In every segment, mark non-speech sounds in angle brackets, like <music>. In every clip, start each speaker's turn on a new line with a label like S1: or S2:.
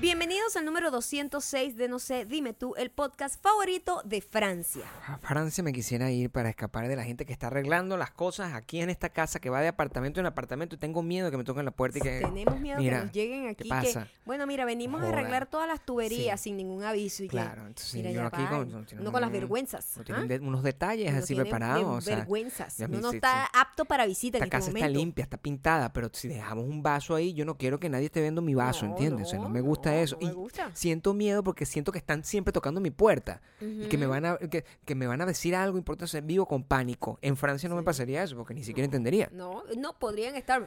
S1: Bienvenidos al número 206 de No sé, dime tú, el podcast favorito de Francia.
S2: A Francia me quisiera ir para escapar de la gente que está arreglando las cosas aquí en esta casa, que va de apartamento en apartamento y tengo miedo que me toquen la puerta y que...
S1: Tenemos miedo
S2: Mira,
S1: que nos lleguen
S2: ¿qué
S1: aquí.
S2: pasa?
S1: Que, bueno, mira, venimos
S2: Joda.
S1: a arreglar todas las tuberías
S2: Sí.
S1: sin ningún aviso. Y que,
S2: Claro, entonces
S1: mira,
S2: yo
S1: ya
S2: aquí
S1: va,
S2: con,
S1: no,
S2: tiene
S1: con las
S2: un-
S1: vergüenzas.
S2: no
S1: ¿ah?
S2: tiene un de- unos detalles
S1: Uno
S2: así
S1: tiene
S2: preparados.
S1: ver-
S2: o sea,
S1: vergüenzas.
S2: ya
S1: Uno
S2: me
S1: no
S2: hiciste-
S1: está apto para visita en
S2: Esta
S1: este
S2: casa está
S1: momento.
S2: limpia, está pintada, pero si dejamos un vaso ahí, yo no quiero que nadie esté viendo mi vaso,
S1: No,
S2: ¿entiendes? O sea, no me gusta
S1: no,
S2: eso.
S1: no me
S2: Y
S1: gusta.
S2: siento miedo porque siento que están siempre tocando mi puerta y que me van a que, que me van a decir algo importante, o sea, vivo con pánico. En Francia no me pasaría eso porque ni siquiera entendería.
S1: No, no podrían estar.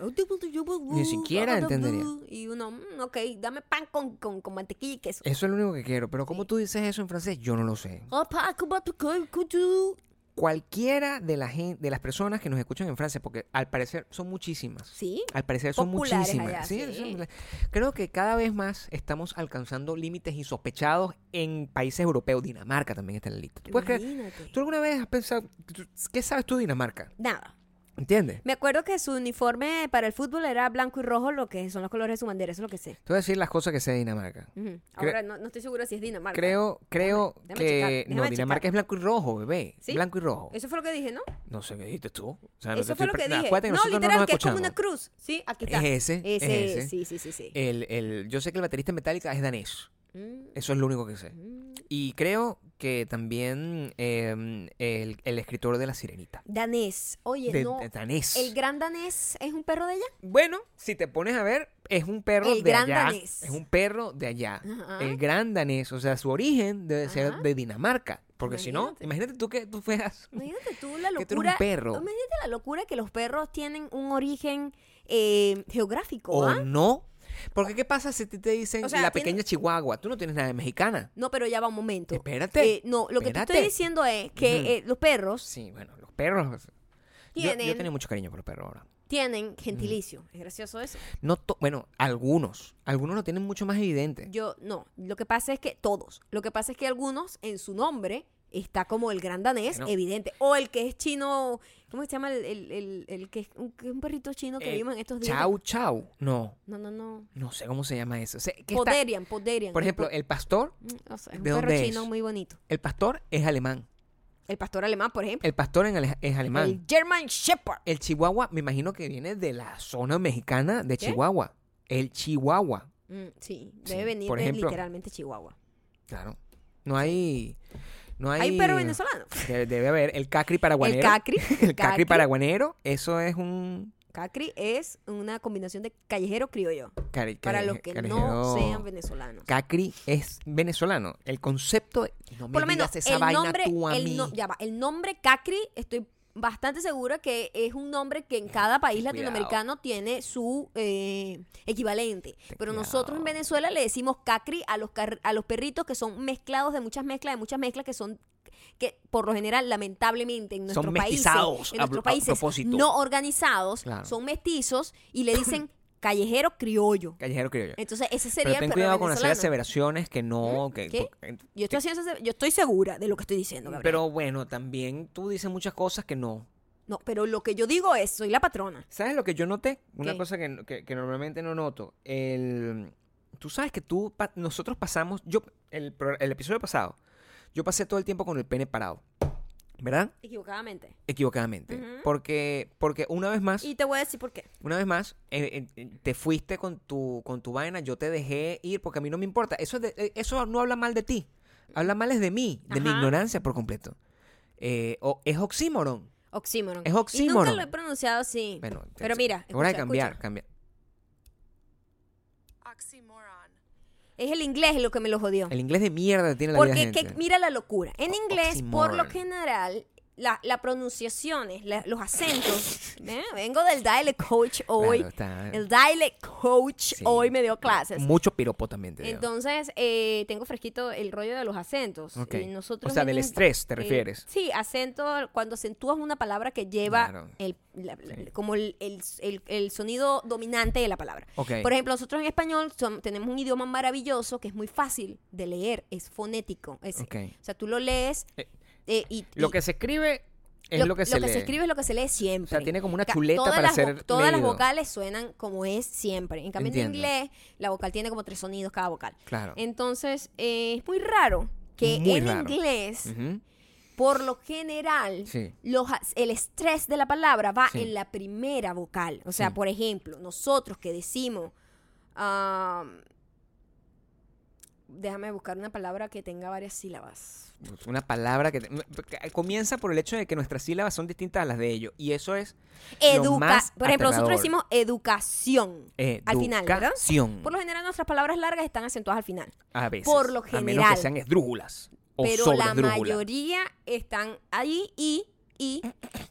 S2: Ni siquiera entendería. Eh.
S1: Y uno, mm, ok, dame pan con, con, con mantequilla y queso.
S2: Eso es lo único que quiero, pero ¿cómo tú dices eso en francés? Yo no lo sé.
S1: Opa, ¿cómo tú, cómo tú?
S2: Cualquiera de, la gen- de las personas que nos escuchan en Francia, porque al parecer son muchísimas.
S1: Sí.
S2: Al parecer son
S1: Populares
S2: muchísimas.
S1: allá,
S2: Sí,
S1: sí.
S2: son- Creo que cada vez más estamos alcanzando límites insospechados en países europeos. Dinamarca también está en la lista. ¿Tú, puedes creer?
S1: Imagínate.
S2: Pues ¿Tú alguna vez has pensado, tú- qué sabes tú de Dinamarca?
S1: Nada.
S2: ¿Entiendes?
S1: Me acuerdo que su uniforme para el fútbol era blanco y rojo, lo que son los colores de su bandera, eso es lo que sé.
S2: Te voy a decir las cosas que sé de Dinamarca.
S1: Ujú. Ahora no, no estoy segura si es Dinamarca.
S2: Creo, creo
S1: déjame
S2: que...
S1: checar, déjame
S2: no, Dinamarca
S1: checar.
S2: es blanco y rojo, bebé.
S1: ¿Sí?
S2: Blanco y rojo.
S1: Eso fue lo que dije, ¿no?
S2: No sé qué dijiste tú. O sea, Ah, no te
S1: Eso
S2: estoy
S1: fue lo
S2: pre-
S1: que
S2: Nah,
S1: dije.
S2: acuérdate que
S1: no,
S2: nosotros
S1: literal,
S2: nos
S1: que es como una
S2: escuchamos.
S1: cruz. Sí, aquí está.
S2: Es ese, es ese.
S1: Sí, sí, sí, sí.
S2: El, el, yo sé que el baterista de Metallica es danés.
S1: Mm,
S2: Eso es lo único que sé.
S1: mm.
S2: Y creo que también eh, el, el escritor de La Sirenita.
S1: Danés. Oye,
S2: de-
S1: no.
S2: de danés.
S1: El gran danés es un perro de
S2: <laughs>
S1: allá.
S2: Bueno, si te pones a ver, es un perro
S1: El
S2: de
S1: gran
S2: allá.
S1: danés.
S2: Es un perro de allá.
S1: Ajá.
S2: El gran danés. O sea, su origen debe ser
S1: Ajá.
S2: de Dinamarca. Porque si no,
S1: Imagínate.
S2: imagínate tú que tú fueras.
S1: Imagínate tú la
S2: Que tú eres un
S1: locura.
S2: perro.
S1: Imagínate la locura que los perros tienen un origen eh, geográfico.
S2: O
S1: ¿ah?
S2: no. Porque ¿qué pasa si a ti te dicen
S1: O sea,
S2: la
S1: tiene-
S2: pequeña Chihuahua? Tú no tienes nada de mexicana.
S1: No, pero ya va un momento.
S2: Espérate,
S1: Eh, no, lo que te estoy
S2: espérate.
S1: diciendo es que
S2: Ujú.
S1: eh, los perros
S2: Sí, bueno, los perros. Yo- Yo,
S1: Tienen-
S2: tenía mucho cariño por los perros ahora.
S1: tienen gentilicio. Es gracioso eso.
S2: No to- bueno, algunos. Algunos lo tienen mucho más evidente.
S1: Yo, no. Lo que pasa es que todos. Lo que pasa es que algunos en su nombre está como el gran danés,
S2: Bueno.
S1: evidente. O el que es chino. ¿Cómo se llama? El, el- el- el que, es un, que es un perrito chino que
S2: Eh,
S1: vimos en estos días.
S2: Chau, chau. No,
S1: No, no, no.
S2: no sé cómo se llama eso. O sea, que está-
S1: Poderian, poderian.
S2: por
S1: El
S2: ejemplo,
S1: po-
S2: el pastor,
S1: Mm, o sea, es un
S2: ¿de
S1: perro
S2: dónde
S1: chino
S2: es?
S1: muy bonito.
S2: el pastor es alemán.
S1: El pastor alemán, por ejemplo.
S2: El pastor en ale- es alemán.
S1: El
S2: El...
S1: German Shepherd.
S2: chihuahua, me imagino que viene de la zona mexicana de
S1: ¿Qué?
S2: Chihuahua. El chihuahua.
S1: Mm, sí,
S2: Sí,
S1: debe venir
S2: por
S1: de
S2: ejemplo.
S1: literalmente Chihuahua.
S2: Claro. No hay... No hay...
S1: Hay un perro venezolano.
S2: Debe, debe haber el cacri paraguanero.
S1: El cacri.
S2: <laughs> El cacri paraguanero. Eso es un...
S1: Cacri es una combinación de callejero criollo.
S2: cari-
S1: Para
S2: cari-
S1: los que no
S2: carejero.
S1: sean venezolanos.
S2: Cacri es venezolano. El concepto. de- No me
S1: Por lo menos
S2: digas esa
S1: el
S2: vaina
S1: nombre,
S2: tú a mí.
S1: el, no- ya va, el nombre Cacri, estoy bastante segura que es un nombre que en cada país
S2: Cuidado.
S1: latinoamericano tiene su eh, equivalente. Pero nosotros en
S2: cuidado.
S1: Venezuela le decimos Cacri a los, car- a los perritos que son mezclados de muchas mezclas, de muchas mezclas que son que por lo general lamentablemente en nuestros países,
S2: mestizados,
S1: en
S2: a
S1: nuestros
S2: pro- a
S1: países
S2: propósito.
S1: no organizados,
S2: Claro.
S1: son mestizos y le dicen
S2: <coughs>
S1: callejero criollo.
S2: Callejero criollo.
S1: Entonces ese sería
S2: Pero
S1: el
S2: ten
S1: perro
S2: cuidado con hacer
S1: venezolano.
S2: aseveraciones que no. Que,
S1: ¿Qué?
S2: porque-
S1: Yo estoy, haciendo ese- yo estoy segura de lo que estoy diciendo, Gabriel.
S2: pero bueno, también tú dices muchas cosas que no.
S1: no, pero lo que yo digo es, soy la patrona.
S2: ¿Sabes lo que yo noté? Una
S1: ¿Qué?
S2: cosa que, que- que normalmente no noto. El, tú sabes que tú, pa- nosotros pasamos, yo, el, pro- el episodio pasado, yo pasé todo el tiempo con el pene parado, ¿verdad?
S1: Equivocadamente.
S2: Equivocadamente.
S1: Ujú.
S2: Porque, porque una vez más...
S1: Y te voy a decir por qué.
S2: Una vez más, eh, eh, te fuiste con tu, con tu vaina, yo te dejé ir porque a mí no me importa. Eso, es de- eh, eso no habla mal de ti. Habla mal es de mí, de mi
S1: Ajá.
S2: ignorancia por completo. Eh, o, es oxímoron.
S1: Oxímoron. Y
S2: Es
S1: nunca
S2: oxímoron.
S1: lo he pronunciado así.
S2: Bueno,
S1: pero
S2: es-
S1: mira,
S2: es hora de
S1: escucha,
S2: cambiar,
S1: escucha.
S2: cambiar.
S3: Oxymoron.
S1: Es el inglés lo que me lo jodió.
S2: El inglés de mierda que tiene la vida
S1: Porque
S2: gente.
S1: que- mira la locura. En
S2: O-
S1: inglés, por lo
S2: oxímoron.
S1: general, la, la pronunciaciones, la- los acentos. <laughs> ¿eh? Vengo del dialect coach hoy.
S2: Claro, está-
S1: El dialect coach
S2: sí.
S1: hoy me dio clases.
S2: Mucho piropo también te dio.
S1: Entonces, eh, tengo fresquito el rollo de los acentos.
S2: Ok.
S1: Y nosotros
S2: O sea,
S1: en
S2: del
S1: ing-
S2: estrés, ¿te
S1: eh,
S2: refieres?
S1: sí, acento, cuando acentúas una palabra que lleva
S2: Claro.
S1: el, la- la-
S2: Sí.
S1: como el, el- el- el sonido dominante de la palabra.
S2: Ok.
S1: Por ejemplo, nosotros en español son- tenemos un idioma maravilloso que es muy fácil de leer, es fonético. es-
S2: Ok.
S1: O sea, tú lo lees
S2: Eh,
S1: eh, y...
S2: Lo
S1: y-
S2: que se escribe Es lo, que se lee.
S1: escribe es lo que se lee
S2: O
S1: siempre.
S2: sea, tiene como una
S1: Ca-
S2: chuleta
S1: todas
S2: para
S1: las vo-
S2: ser
S1: Todas las
S2: leído.
S1: vocales suenan como es siempre. En cambio,
S2: Entiendo.
S1: en inglés, la vocal tiene como tres sonidos cada vocal.
S2: Claro.
S1: Entonces, eh, es muy raro que
S2: Muy
S1: en
S2: raro.
S1: inglés,
S2: Ujú.
S1: por lo general,
S2: Sí.
S1: los a- el estrés de la palabra va
S2: Sí.
S1: en la primera vocal. O sea,
S2: Sí.
S1: por ejemplo, nosotros que decimos. ah, déjame buscar una palabra que tenga varias sílabas.
S2: Pues Una palabra que, te- comienza por el hecho de que nuestras sílabas son distintas a las de ellos. Y eso es lo
S1: Educa
S2: más
S1: por ejemplo, nosotros
S2: aterrador. Eh.
S1: decimos educación. al final, ¿verdad?
S2: Educación.
S1: Por lo general nuestras palabras largas están acentuadas al final,
S2: a veces.
S1: por lo
S2: A menos que
S1: general.
S2: sean esdrújulas. O
S1: pero la
S2: sobresdrújulas.
S1: mayoría están ahí y, y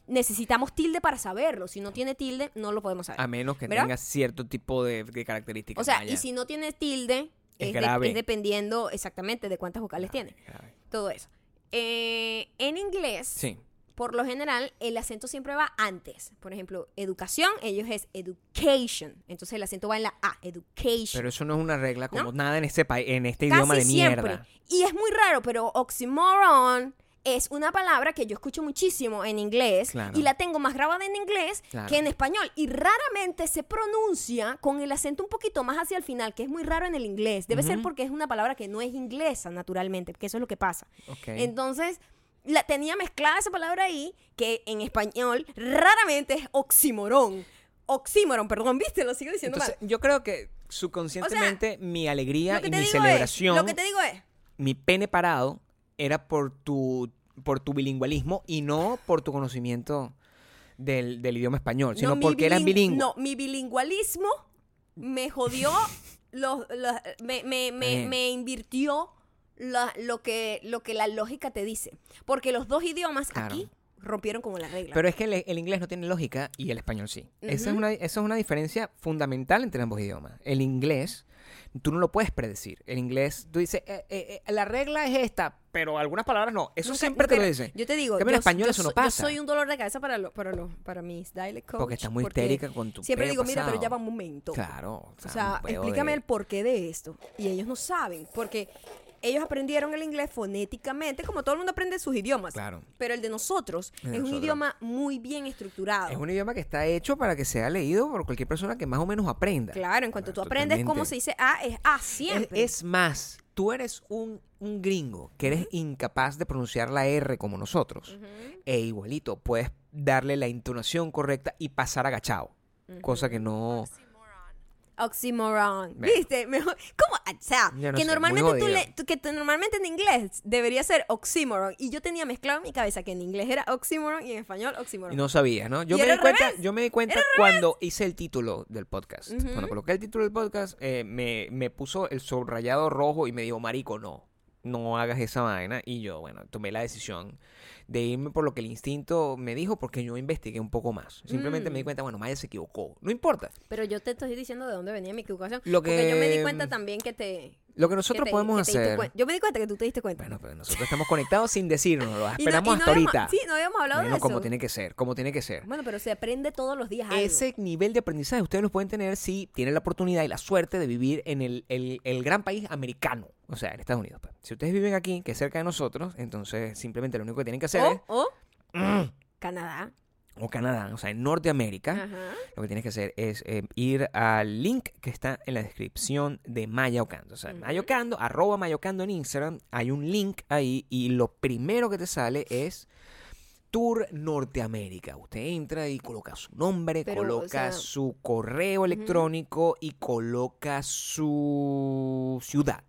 S1: necesitamos tilde para saberlo. Si no tiene tilde, no lo podemos saber.
S2: A menos que
S1: ¿Verdad?
S2: tenga cierto tipo de, de características.
S1: o sea,
S2: vaya.
S1: y si no tiene tilde,
S2: Es
S1: es, de-
S2: grave.
S1: es dependiendo exactamente de cuántas vocales tiene.
S2: Grave.
S1: Todo eso. Eh, en inglés,
S2: Sí.
S1: por lo general, el acento siempre va antes. Por ejemplo, educación, ellos es education. Entonces el acento va en la A, education.
S2: Pero eso no es una regla como nada en este país, en este
S1: Casi
S2: idioma de
S1: siempre.
S2: mierda.
S1: Y es muy raro, pero oxymoron es una palabra que yo escucho muchísimo en inglés
S2: Claro.
S1: y la tengo más grabada en inglés
S2: Claro.
S1: que en español. Y raramente se pronuncia con el acento un poquito más hacia el final, que es muy raro en el inglés. Debe ser
S2: Ujú.
S1: porque es una palabra que no es inglesa naturalmente, que eso es lo que pasa.
S2: Ok.
S1: Entonces, la, tenía mezclada esa palabra ahí, que en español raramente es oxímoron. Oxímoron, perdón, ¿viste? Lo sigo diciendo
S2: Entonces,
S1: mal.
S2: yo creo que subconscientemente mi alegría
S1: Lo que
S2: y
S1: te
S2: mi
S1: digo es-
S2: celebración,
S1: lo que te digo es,
S2: mi pene parado, era por tu, por tu bilingüalismo y no por tu conocimiento del, del idioma español, sino
S1: mi
S2: porque eras
S1: bilin-
S2: bilingüe.
S1: No, mi bilingüalismo me jodió, los, los- me, me- me-
S2: Eh.
S1: me invirtió la- lo, que, lo que la lógica te dice. Porque los dos idiomas
S2: Claro.
S1: aquí rompieron como la regla.
S2: Pero es que el, el inglés no tiene lógica y el español sí. esa, es una, esa es una diferencia fundamental entre ambos idiomas. El inglés, tú no lo puedes predecir. El inglés, tú dices, eh, eh, eh, la regla es esta, pero algunas palabras no. Eso
S1: Nunca-
S2: siempre te
S1: nunca-
S2: lo dicen.
S1: Yo te digo,
S2: En cambio,
S1: yo-
S2: en español
S1: yo
S2: eso no
S1: so- yo
S2: pasa.
S1: soy un dolor de cabeza para, lo- para, los para mis dialect coach.
S2: Porque estás muy histérica con tu
S1: Siempre
S2: pedo
S1: digo, mira, pero
S2: pasado".
S1: ya va un momento.
S2: Claro.
S1: O sea,
S2: un huevo
S1: explícame
S2: de-
S1: el porqué de esto. Y ellos no saben, porque ellos aprendieron el inglés fonéticamente, como todo el mundo aprende sus idiomas.
S2: Claro.
S1: Pero el de nosotros
S2: El
S1: es
S2: de
S1: un
S2: nosotros.
S1: idioma muy bien estructurado.
S2: Es un idioma que está hecho para que sea leído por cualquier persona que más o menos aprenda.
S1: Claro, en cuanto tú aprendes
S2: Totalmente.
S1: cómo se dice A, es A
S2: Es,
S1: siempre.
S2: es más, tú eres un, un gringo que eres incapaz de pronunciar la R como nosotros. E igualito, puedes darle la intonación correcta y pasar agachado. Cosa que no...
S1: Oxymoron.
S2: Bueno.
S1: ¿Viste? Mejor. ¿Cómo? O sea,
S2: Yo no
S1: que
S2: sé, muy
S1: normalmente tú
S2: jodido.
S1: le- tú- que tú- normalmente en inglés debería ser oxymoron. Y yo tenía mezclado en mi cabeza que en inglés era oxymoron y en español
S2: Y
S1: oxymoron.
S2: no sabías, ¿no? Yo
S1: Y
S2: me,
S1: era
S2: di
S1: al
S2: cuenta,
S1: revés.
S2: yo me di cuenta cuando hice el título del podcast. Cuando coloqué el título del podcast, eh, me, me puso el subrayado rojo y me dijo, marico, no, no hagas esa vaina. Y yo, bueno, tomé la decisión de irme por lo que el instinto me dijo porque yo investigué un poco más. Simplemente
S1: Mm.
S2: me di cuenta, bueno, Maya se equivocó. No importa.
S1: Pero yo te estoy diciendo de dónde venía mi equivocación.
S2: Lo
S1: Porque yo me di
S2: que-
S1: cuenta también que te.
S2: Lo que
S1: que
S2: nosotros
S1: te-
S2: podemos
S1: que te diste
S2: hacer...
S1: cuen- Yo me di cuenta que tú te diste cuenta.
S2: Bueno, pero nosotros estamos conectados sin decirnos,
S1: <laughs>
S2: lo
S1: Y no-
S2: esperamos
S1: y no
S2: hasta
S1: habíamos-
S2: ahorita.
S1: Sí, no habíamos hablado
S2: Bueno,
S1: de eso.
S2: como tiene que ser, como tiene que ser.
S1: Bueno, pero se aprende todos los días algo.
S2: Ese nivel de aprendizaje ustedes lo pueden tener si tienen la oportunidad y la suerte de vivir en el, el- el gran país americano, o sea, en Estados Unidos. pues. Si ustedes viven aquí, que es cerca de nosotros, entonces simplemente lo único que tienen que hacer
S1: O,
S2: es,
S1: o Canadá.
S2: <clears throat> o Canadá, o sea, en Norteamérica,
S1: Ajá.
S2: lo que tienes que hacer es eh, ir al link que está en la descripción de Mayocando. O sea,
S1: Ujú.
S2: Mayocando, arroba Mayocando en Instagram, hay un link ahí y lo primero que te sale es Tour Norteamérica. Usted entra y coloca su nombre,
S1: Pero, o
S2: coloca
S1: sea-
S2: su correo electrónico y coloca su ciudad.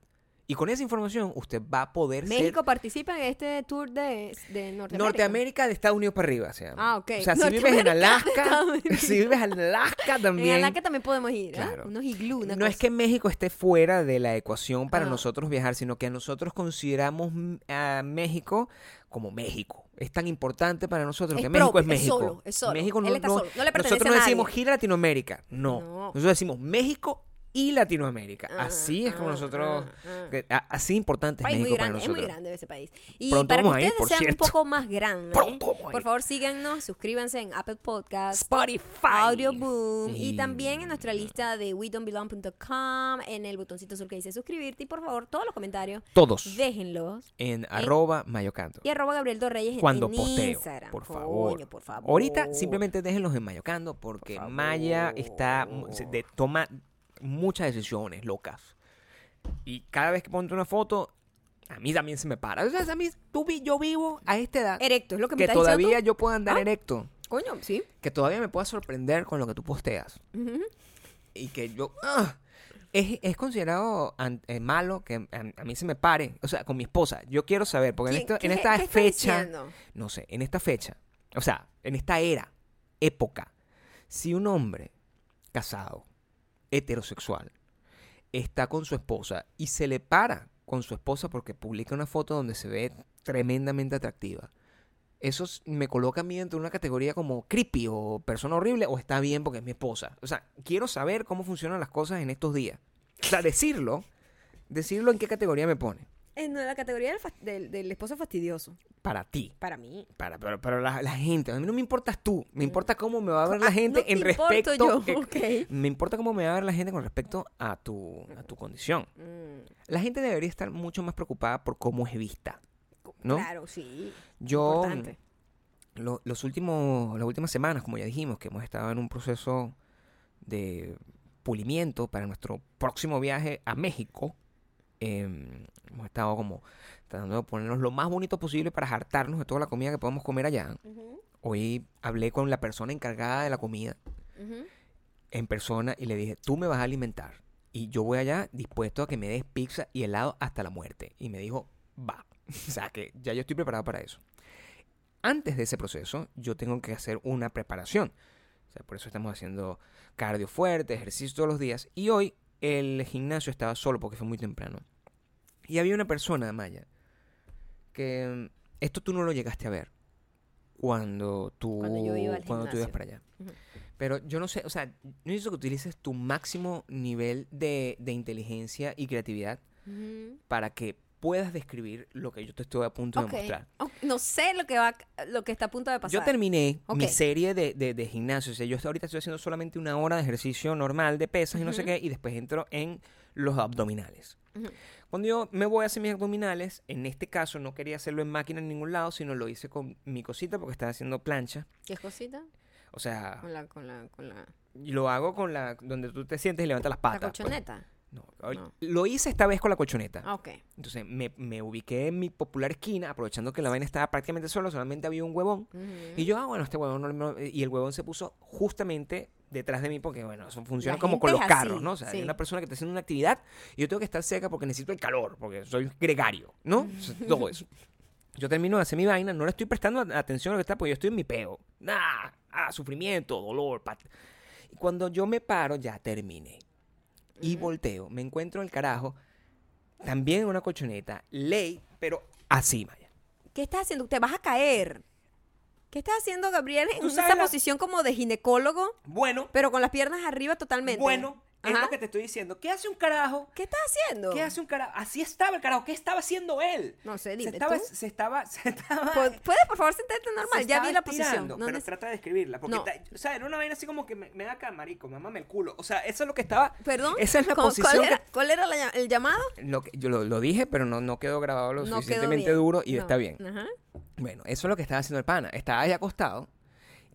S2: Y con esa información usted va a poder ser
S1: México participa en este tour de, de Norteamérica.
S2: Norteamérica de Estados Unidos para arriba. Se llama.
S1: Ah, ok.
S2: O sea, si vives en
S1: Norteamérica de
S2: Alaska,
S1: Estados Unidos.
S2: <laughs> si vives en Alaska también.
S1: En Alaska también podemos ir, ¿ah?
S2: Claro.
S1: Unos iglú, una
S2: No es
S1: cosa.
S2: que México esté fuera de la ecuación para
S1: Ah.
S2: nosotros viajar, sino que nosotros consideramos mm, a México como México. Es tan importante para nosotros
S1: Es
S2: que México
S1: propio,
S2: es
S1: es
S2: México.
S1: solo, es solo.
S2: México no,
S1: Él está
S2: no-
S1: solo, no le pertenece
S2: nosotros
S1: a
S2: no
S1: nadie.
S2: decimos gira Latinoamérica,
S1: No.
S2: no.
S1: Ah,
S2: Nosotros decimos México y Latinoamérica.
S1: Ajá,
S2: así es como
S1: ajá,
S2: nosotros,
S1: ajá.
S2: que- a- así importante es
S1: ah, País muy
S2: México para
S1: grande, es muy
S2: nosotros.
S1: grande ese país. Y
S2: Pronto
S1: para que
S2: vamos a ir,
S1: ustedes
S2: por
S1: sean
S2: cierto.
S1: un poco más grandes,
S2: Pronto vamos a
S1: por
S2: ir.
S1: favor síganos, suscríbanse en Apple Podcast,
S2: Spotify. Mm.
S1: Audio Boom y
S2: Sí.
S1: también en nuestra lista de wedon'tbelong.com en el botoncito azul que dice suscribirte y por favor todos los comentarios
S2: Todos
S1: déjenlos
S2: en arroba mayocanto.
S1: y arroba Gabriel Torreyes en-
S2: Cuando
S1: E-, en
S2: posteo,
S1: Instagram.
S2: por
S1: Coño,
S2: favor.
S1: por favor.
S2: Ahorita simplemente déjenlos en Mayocando porque Maya está mu- se- de- toma muchas decisiones locas. Y cada vez que ponte una foto, a mí también se me para. O sea, a mí, tú vi- yo vivo a esta edad
S1: Erecto, es lo que me
S2: que
S1: estás diciendo
S2: todavía yo puedo andar
S1: ¿Ah?
S2: erecto,
S1: tú? Coño, sí.
S2: que todavía me pueda sorprender con lo que tú posteas.
S1: Ujú.
S2: Y que yo... ¡ah! Es, es considerado an- eh, malo que a, a mí se me pare. O sea, con mi esposa. Yo quiero saber, porque
S1: ¿Quién-
S2: en, esta-
S1: qué-
S2: en esta
S1: qué está
S2: fecha...
S1: diciendo?
S2: No sé, en esta fecha, o sea, en esta era, época, si un hombre casado, heterosexual, está con su esposa y se le para con su esposa porque publica una foto donde se ve tremendamente atractiva, eso s- me coloca a mí dentro de una categoría como creepy o persona horrible o está bien porque es mi esposa. O sea, quiero saber cómo funcionan las cosas en estos días. O sea, decirlo, decirlo en qué categoría me pone.
S1: En la categoría del, fas- del- del esposo fastidioso,
S2: Para ti.
S1: para mí.
S2: Para, pero, pero la, la gente, a mí no me importas tú, me importa cómo me va a ver la gente
S1: Ah, no
S2: en
S1: te importo
S2: respecto.
S1: yo,
S2: eh,
S1: ok.
S2: Me importa cómo me va a ver la gente con respecto a tu, a tu condición.
S1: Mm,
S2: La gente debería estar mucho más preocupada por cómo es vista. ¿No?
S1: Claro, sí.
S2: Yo,
S1: Importante.
S2: lo- los últimos, las últimas semanas, como ya dijimos, que hemos estado en un proceso de pulimiento para nuestro próximo viaje a México, eh, hemos estado como tratando de ponernos lo más bonito posible para hartarnos de toda la comida que podamos comer allá.
S1: Ujú,
S2: Hoy hablé con la persona encargada de la comida
S1: ujú.
S2: en persona y le dije, tú me vas a alimentar. Y yo voy allá dispuesto a que me des pizza y helado hasta la muerte. Y me dijo, va. O sea que ya yo estoy preparado para eso. Antes de ese proceso, yo tengo que hacer una preparación. O sea, por eso estamos haciendo cardio fuerte, ejercicio todos los días. Y hoy el gimnasio estaba solo porque fue muy temprano. Y había una persona, Maya, que mm, esto tú no lo llegaste a ver cuando tú,
S1: Cuando yo iba al
S2: cuando tú ibas
S1: gimnasio.
S2: para allá.
S1: Ujú.
S2: Pero yo no sé, o sea, no necesito que utilices tu máximo nivel de, de inteligencia y creatividad
S1: Ujú.
S2: para que puedas describir lo que yo te estoy a punto
S1: Ok.
S2: de mostrar.
S1: Ok, No sé lo que va, lo que está a punto de pasar.
S2: Yo terminé mi
S1: Ok.
S2: serie de, de, de gimnasio. O sea, yo ahorita estoy haciendo solamente una hora de ejercicio normal de pesas y no sé
S1: Ujú.
S2: qué, y después entro en los abdominales.
S1: Ujú.
S2: Cuando yo me voy a hacer mis abdominales, en este caso no quería hacerlo en máquina en ningún lado, sino lo hice con mi cosita porque estaba haciendo plancha.
S1: ¿Qué cosita?
S2: O sea,
S1: Con la, con la, con la,
S2: lo hago con la donde tú te sientes y levantas las
S1: la
S2: patas. pues.
S1: colchoneta.
S2: No, ahorita-
S1: No.
S2: Lo hice esta vez con la colchoneta.
S1: Ah, ok.
S2: Entonces me, me ubiqué en mi popular esquina, aprovechando que la vaina estaba prácticamente sola, solamente había un huevón.
S1: Ujú.
S2: Y yo, ah, bueno, este huevón no- no- Y el huevón se puso justamente detrás de mí, porque bueno, eso funciona
S1: La
S2: como con
S1: gente
S2: los
S1: es
S2: carros,
S1: así,
S2: ¿no? O sea, hay
S1: sí.
S2: una persona que está haciendo una actividad y yo tengo que estar cerca porque necesito el calor, porque soy gregario, ¿no?
S1: Mm.
S2: O sea, Todo eso. Yo termino de hacer mi vaina, no le estoy prestando a- atención a lo que está, porque yo estoy en mi peo. Nah, ah, sufrimiento, dolor. pat- Y cuando yo me paro, ya terminé. Y volteo, me encuentro el carajo, también en una colchoneta, ley, pero así, Maya.
S1: ¿Qué estás haciendo? Te vas a caer. ¿Qué estás haciendo, Gabriel? En
S2: Tú
S1: esa
S2: sabes la-
S1: posición como de ginecólogo,
S2: Bueno,
S1: pero con las piernas arriba totalmente.
S2: bueno, es
S1: Ajá.
S2: lo que te estoy diciendo. ¿Qué hace un carajo?
S1: ¿Qué estás haciendo?
S2: ¿Qué hace un carajo? Así estaba el carajo. ¿Qué estaba haciendo él?
S1: No sé,
S2: se
S1: dime
S2: estaba,
S1: tú.
S2: Se estaba... <laughs> Se estaba...
S1: Pu- ¿Puedes, por favor, sentarte
S2: se
S1: normal? Ya
S2: estaba
S1: vi la posición.
S2: estirando,
S1: No
S2: pero
S1: neces-
S2: trata de describirla. Porque
S1: No.
S2: ta- o sea, era una vaina así como que me, me da acá, marico, mamame el culo. O sea, eso es lo que estaba...
S1: ¿Perdón?
S2: Esa es la
S1: ¿cu- cuál
S2: posición que-
S1: era- ¿Cuál era la lla- el llamado?
S2: Lo que- yo lo, lo dije, pero no, no quedó grabado lo
S1: No quedó
S2: suficientemente
S1: bien.
S2: duro y
S1: No.
S2: está bien.
S1: Ajá.
S2: Bueno, eso es lo que estaba haciendo el pana. Estaba ahí acostado.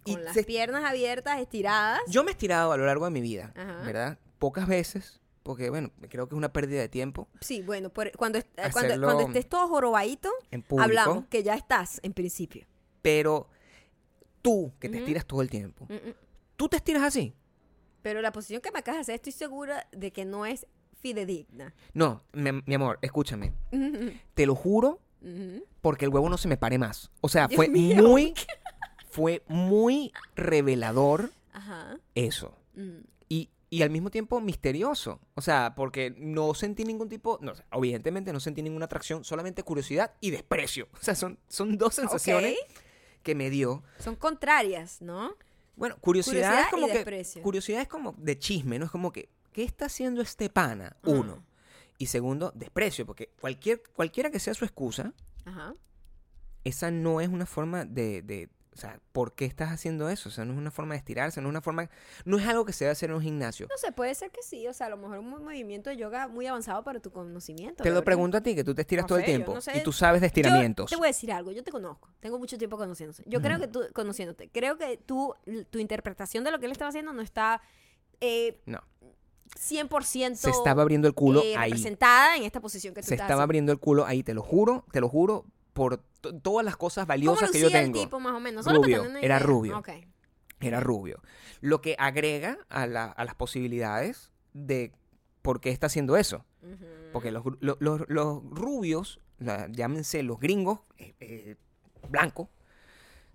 S2: Y
S1: Con las
S2: se-
S1: piernas abiertas, estiradas.
S2: yo me he estirado a lo largo de mi vida,
S1: Ajá.
S2: ¿verdad? Pocas veces, porque bueno, creo que es una pérdida de tiempo.
S1: Sí, bueno, por- cuando, est- eh, cuando,
S2: Hacerlo
S1: cuando estés todo jorobadito,
S2: en público.
S1: hablamos que ya estás en principio.
S2: Pero tú, que te estiras todo el tiempo,
S1: Mm, mm.
S2: tú te estiras así.
S1: Pero la posición que me acabas de hacer, estoy segura de que no es <laughs> fidedigna.
S2: No, mi, mi amor, escúchame.
S1: Ujú,
S2: Te lo juro
S1: ujú.
S2: porque el huevo no se me pare más. O sea,
S1: Dios
S2: fue
S1: mío.
S2: muy, fue muy revelador
S1: Ajá.
S2: eso.
S1: Mm.
S2: y, y al mismo tiempo misterioso. O sea, porque no sentí ningún tipo, no, o sea, evidentemente no sentí ninguna atracción, solamente curiosidad y desprecio. <laughs> O sea, son, son dos sensaciones que me dio.
S1: Son contrarias, ¿no?
S2: Bueno,
S1: Curiosidad
S2: curiosidad, es como
S1: y
S2: que
S1: desprecio.
S2: curiosidad es como de chisme, no es como que ¿qué está haciendo este pana? Uno.
S1: Ajá.
S2: Y segundo, desprecio, porque cualquier, cualquiera que sea su excusa,
S1: Ajá.
S2: esa no es una forma de, de- o sea, ¿por qué estás haciendo eso? O sea, no es una forma de estirarse, no es una forma, no es algo que se debe hacer en un gimnasio.
S1: No sé, puede ser que sí. O sea, a lo mejor un movimiento de yoga muy avanzado para tu conocimiento.
S2: Te
S1: de
S2: lo
S1: verdad.
S2: pregunto a ti, que tú te estiras
S1: No
S2: todo el
S1: sé, yo
S2: tiempo
S1: no sé.
S2: y tú sabes
S1: Yo
S2: de estiramientos.
S1: te voy a decir algo. Yo te conozco. Tengo mucho tiempo conociéndose. Yo creo
S2: Ujú.
S1: que tú, conociéndote, creo que tú, tu interpretación de lo que él estaba haciendo no está eh,
S2: No,
S1: 100%
S2: se estaba abriendo el culo
S1: eh,
S2: ahí.
S1: representada en esta posición que tú
S2: Se
S1: estás
S2: estaba
S1: haciendo.
S2: abriendo el culo ahí, te lo juro, te lo juro, por to- todas las cosas
S1: ¿Cómo
S2: valiosas que
S1: lucía
S2: yo
S1: el
S2: tengo.
S1: tipo más o menos? Solo para
S2: Rubio,
S1: tener una
S2: era
S1: idea.
S2: rubio.
S1: Ok.
S2: Era rubio. Lo que agrega a, la- a las posibilidades de por qué está haciendo eso.
S1: Ujú.
S2: Porque los, gru- lo- los- los rubios, la- llámense los gringos, eh, eh, blancos,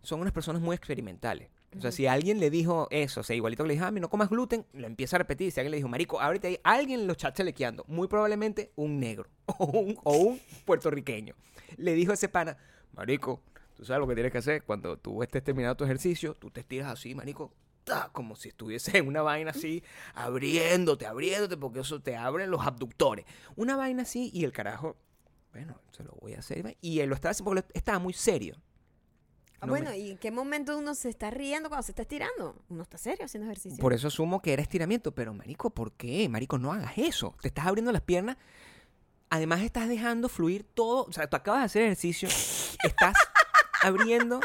S2: son unas personas muy experimentales. O sea,
S1: Ujú.
S2: si alguien le dijo eso, o sea, igualito que le dijo, ah, mi, no comas gluten, lo empieza a repetir. Si alguien le dijo, marico, ábrete ahí, alguien lo está chalequeando. Muy probablemente un negro <laughs> o un, o un puertorriqueño. <laughs> Le dijo a ese pana, marico, tú sabes lo que tienes que hacer. Cuando tú estés terminado tu ejercicio, tú te estiras así, marico, ta, como si estuviese en una vaina así, abriéndote, abriéndote, porque eso te abren los abductores. Una vaina así y el carajo, bueno, se lo voy a hacer. Y él lo estaba haciendo porque lo- estaba muy serio.
S1: Ah,
S2: No me-
S1: bueno, ¿y en qué momento uno se está riendo cuando se está estirando? Uno está serio haciendo ejercicio.
S2: Por eso asumo que era estiramiento, pero marico, ¿por qué? Marico, no hagas eso. Te estás abriendo las piernas. Además estás dejando fluir todo, o sea, tú acabas de hacer ejercicio, estás abriendo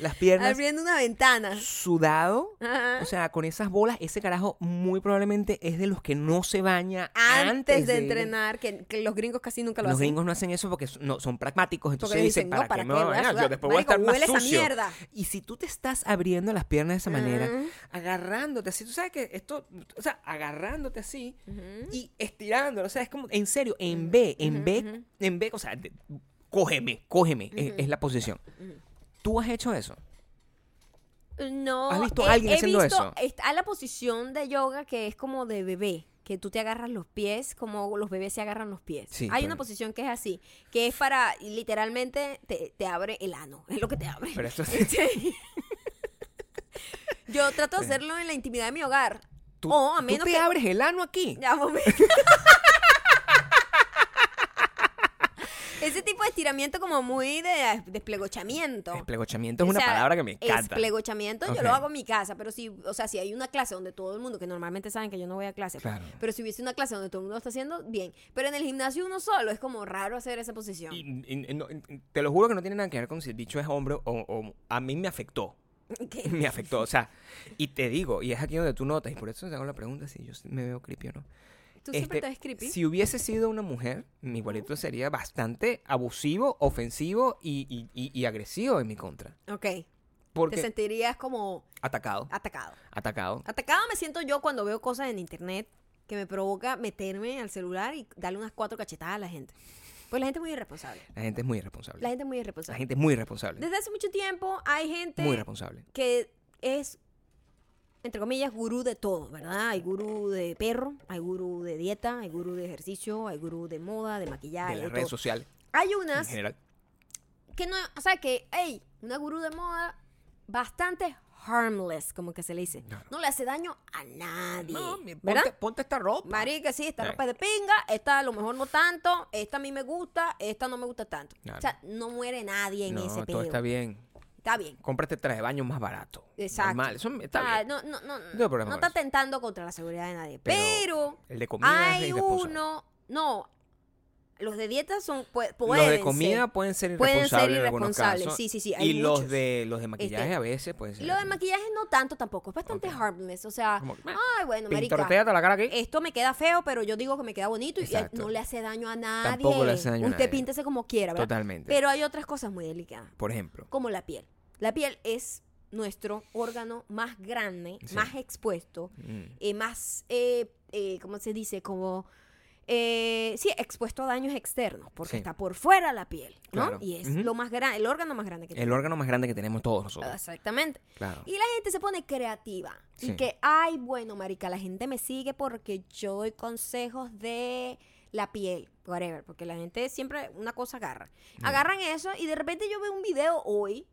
S2: las piernas,
S1: Abriendo una ventana. <laughs>
S2: sudado,
S1: Ajá.
S2: o sea, con esas bolas, ese carajo muy probablemente es de los que no se baña
S1: antes,
S2: antes,
S1: de,
S2: ir.
S1: entrenar, que, que los gringos casi nunca lo
S2: los
S1: hacen.
S2: gringos no hacen eso porque son, no, son pragmáticos, entonces
S1: porque
S2: dicen,
S1: dicen,
S2: ¿para,
S1: no, ¿para qué
S2: qué me voy a
S1: voy a
S2: bañar? Yo
S1: sudar?
S2: después voy a
S1: Marico,
S2: estar más
S1: huele esa
S2: sucio".
S1: mierda.
S2: Y si tú te estás abriendo las piernas de esa manera,
S1: Ujú.
S2: agarrándote así, tú sabes que esto, o sea, agarrándote así
S1: Ujú.
S2: y estirándolo, o sea, es como, en serio, en B, en B, en B, o sea, de- cógeme, cógeme, es, es la posición. ¿Tú has hecho eso?
S1: No.
S2: ¿Has visto a alguien haciendo eso?
S1: Está la posición de yoga que es como de bebé, que tú te agarras los pies, como los bebés se agarran los pies.
S2: Sí,
S1: Hay
S2: pero-
S1: una posición que es así, que es para, literalmente, te, te abre el ano. Es lo que te abre. <laughs>
S2: Pero esto es-
S1: Este- Yo trato de
S2: Pero-
S1: hacerlo en la intimidad de mi hogar.
S2: ¿Tú,
S1: o Oh, a
S2: tú
S1: menos
S2: te
S1: que...
S2: abres el ano aquí?
S1: Ya, momento. Ese tipo de estiramiento como muy de desplegochamiento.
S2: Desplegochamiento es
S1: O
S2: una
S1: sea,
S2: palabra que me encanta.
S1: Desplegochamiento yo
S2: Ok.
S1: lo hago en mi casa, pero si, o sea, si hay una clase donde todo el mundo, que normalmente saben que yo no voy a clase,
S2: Claro.
S1: pero si hubiese una clase donde todo el mundo lo está haciendo, bien. Pero en el gimnasio uno solo, es como raro hacer esa posición.
S2: Y- y- y no- te lo juro que no tiene nada que ver con si el bicho es hombre o- o a mí me afectó.
S1: <laughs> ¿Qué?
S2: me afectó. O sea, y te digo, y es aquí donde tú notas, y por eso te hago la pregunta si yo me veo creepy o no.
S1: Tú siempre
S2: Este,
S1: te ves creepy.
S2: Si hubiese sido una mujer, mi igualito sería bastante abusivo, ofensivo y, y- y- y agresivo en mi contra.
S1: Ok. Te
S2: Porque
S1: sentirías como
S2: atacado,
S1: atacado.
S2: atacado.
S1: Atacado me siento yo cuando veo cosas en internet que me provoca meterme al celular y darle unas cuatro cachetadas a la gente. Pues la gente es muy irresponsable.
S2: La gente es muy irresponsable.
S1: La gente es muy
S2: La
S1: irresponsable.
S2: gente es muy irresponsable.
S1: Desde hace mucho tiempo hay gente
S2: Muy irresponsable.
S1: que es, entre comillas, gurú de todo, ¿verdad? Hay gurú de perro, hay gurú de dieta, hay gurú de ejercicio, hay gurú de moda, de maquillaje.
S2: De
S1: de
S2: las redes
S1: todo.
S2: sociales
S1: Hay
S2: en
S1: unas
S2: general.
S1: que no, o sea, que, hey, una gurú de moda bastante harmless, como que se le dice.
S2: Claro.
S1: No le hace daño a nadie.
S2: No, mi-
S1: ¿Verdad?
S2: ponte, ponte esta ropa.
S1: Marica, sí, esta
S2: Ay.
S1: ropa es de pinga, esta a lo mejor no tanto, esta a mí me gusta, esta no me gusta tanto.
S2: Claro.
S1: O sea, no muere nadie en
S2: no,
S1: ese pedo.
S2: todo está bien.
S1: Está bien.
S2: Cómprate traje de baño más barato.
S1: Exacto.
S2: Normal. Eso está
S1: Ah,
S2: bien.
S1: no, no, no,
S2: No hay problema
S1: no
S2: con
S1: está
S2: eso.
S1: tentando contra la seguridad de nadie. Pero,
S2: Pero el de comida es
S1: hay
S2: irresponsable.
S1: uno, no, los de dieta son pu- pueden
S2: los de
S1: ser.
S2: comida pueden ser
S1: Pueden ser
S2: irresponsables en algunos
S1: irresponsables,
S2: casos.
S1: sí, sí, sí, hay
S2: Y los
S1: muchos.
S2: de los de maquillaje
S1: Este,
S2: a veces pueden ser.
S1: Y lo de maquillaje no tanto tampoco, es bastante
S2: pues, Ok.
S1: harmless, o sea,
S2: Como que, meh,
S1: ay, bueno, marica.
S2: Pintortéate la cara aquí.
S1: Esto me queda feo, pero yo digo que me queda bonito y y
S2: Exacto.
S1: no le hace daño a nadie.
S2: Tampoco le hace daño a
S1: Usted
S2: nadie.
S1: píntese como quiera, ¿verdad?
S2: Totalmente.
S1: Pero hay otras cosas muy delicadas.
S2: Por ejemplo.
S1: como la piel. La piel es nuestro órgano más grande,
S2: Sí.
S1: más expuesto,
S2: Mm.
S1: eh, más, eh, eh, ¿cómo se dice? Como, eh, sí, expuesto a daños externos, porque
S2: Sí.
S1: está por fuera la piel, ¿no?
S2: Claro.
S1: Y es
S2: Ujú.
S1: lo más grande, el órgano más grande que
S2: El
S1: tenemos.
S2: órgano más grande que tenemos todos nosotros.
S1: Exactamente.
S2: Claro.
S1: Este. Y la gente se pone creativa. Y
S2: Sí.
S1: que, ay, bueno, marica, la gente me sigue porque yo doy consejos de la piel, whatever. Porque la gente siempre una cosa agarra.
S2: Mm.
S1: Agarran eso y de repente yo veo un video hoy.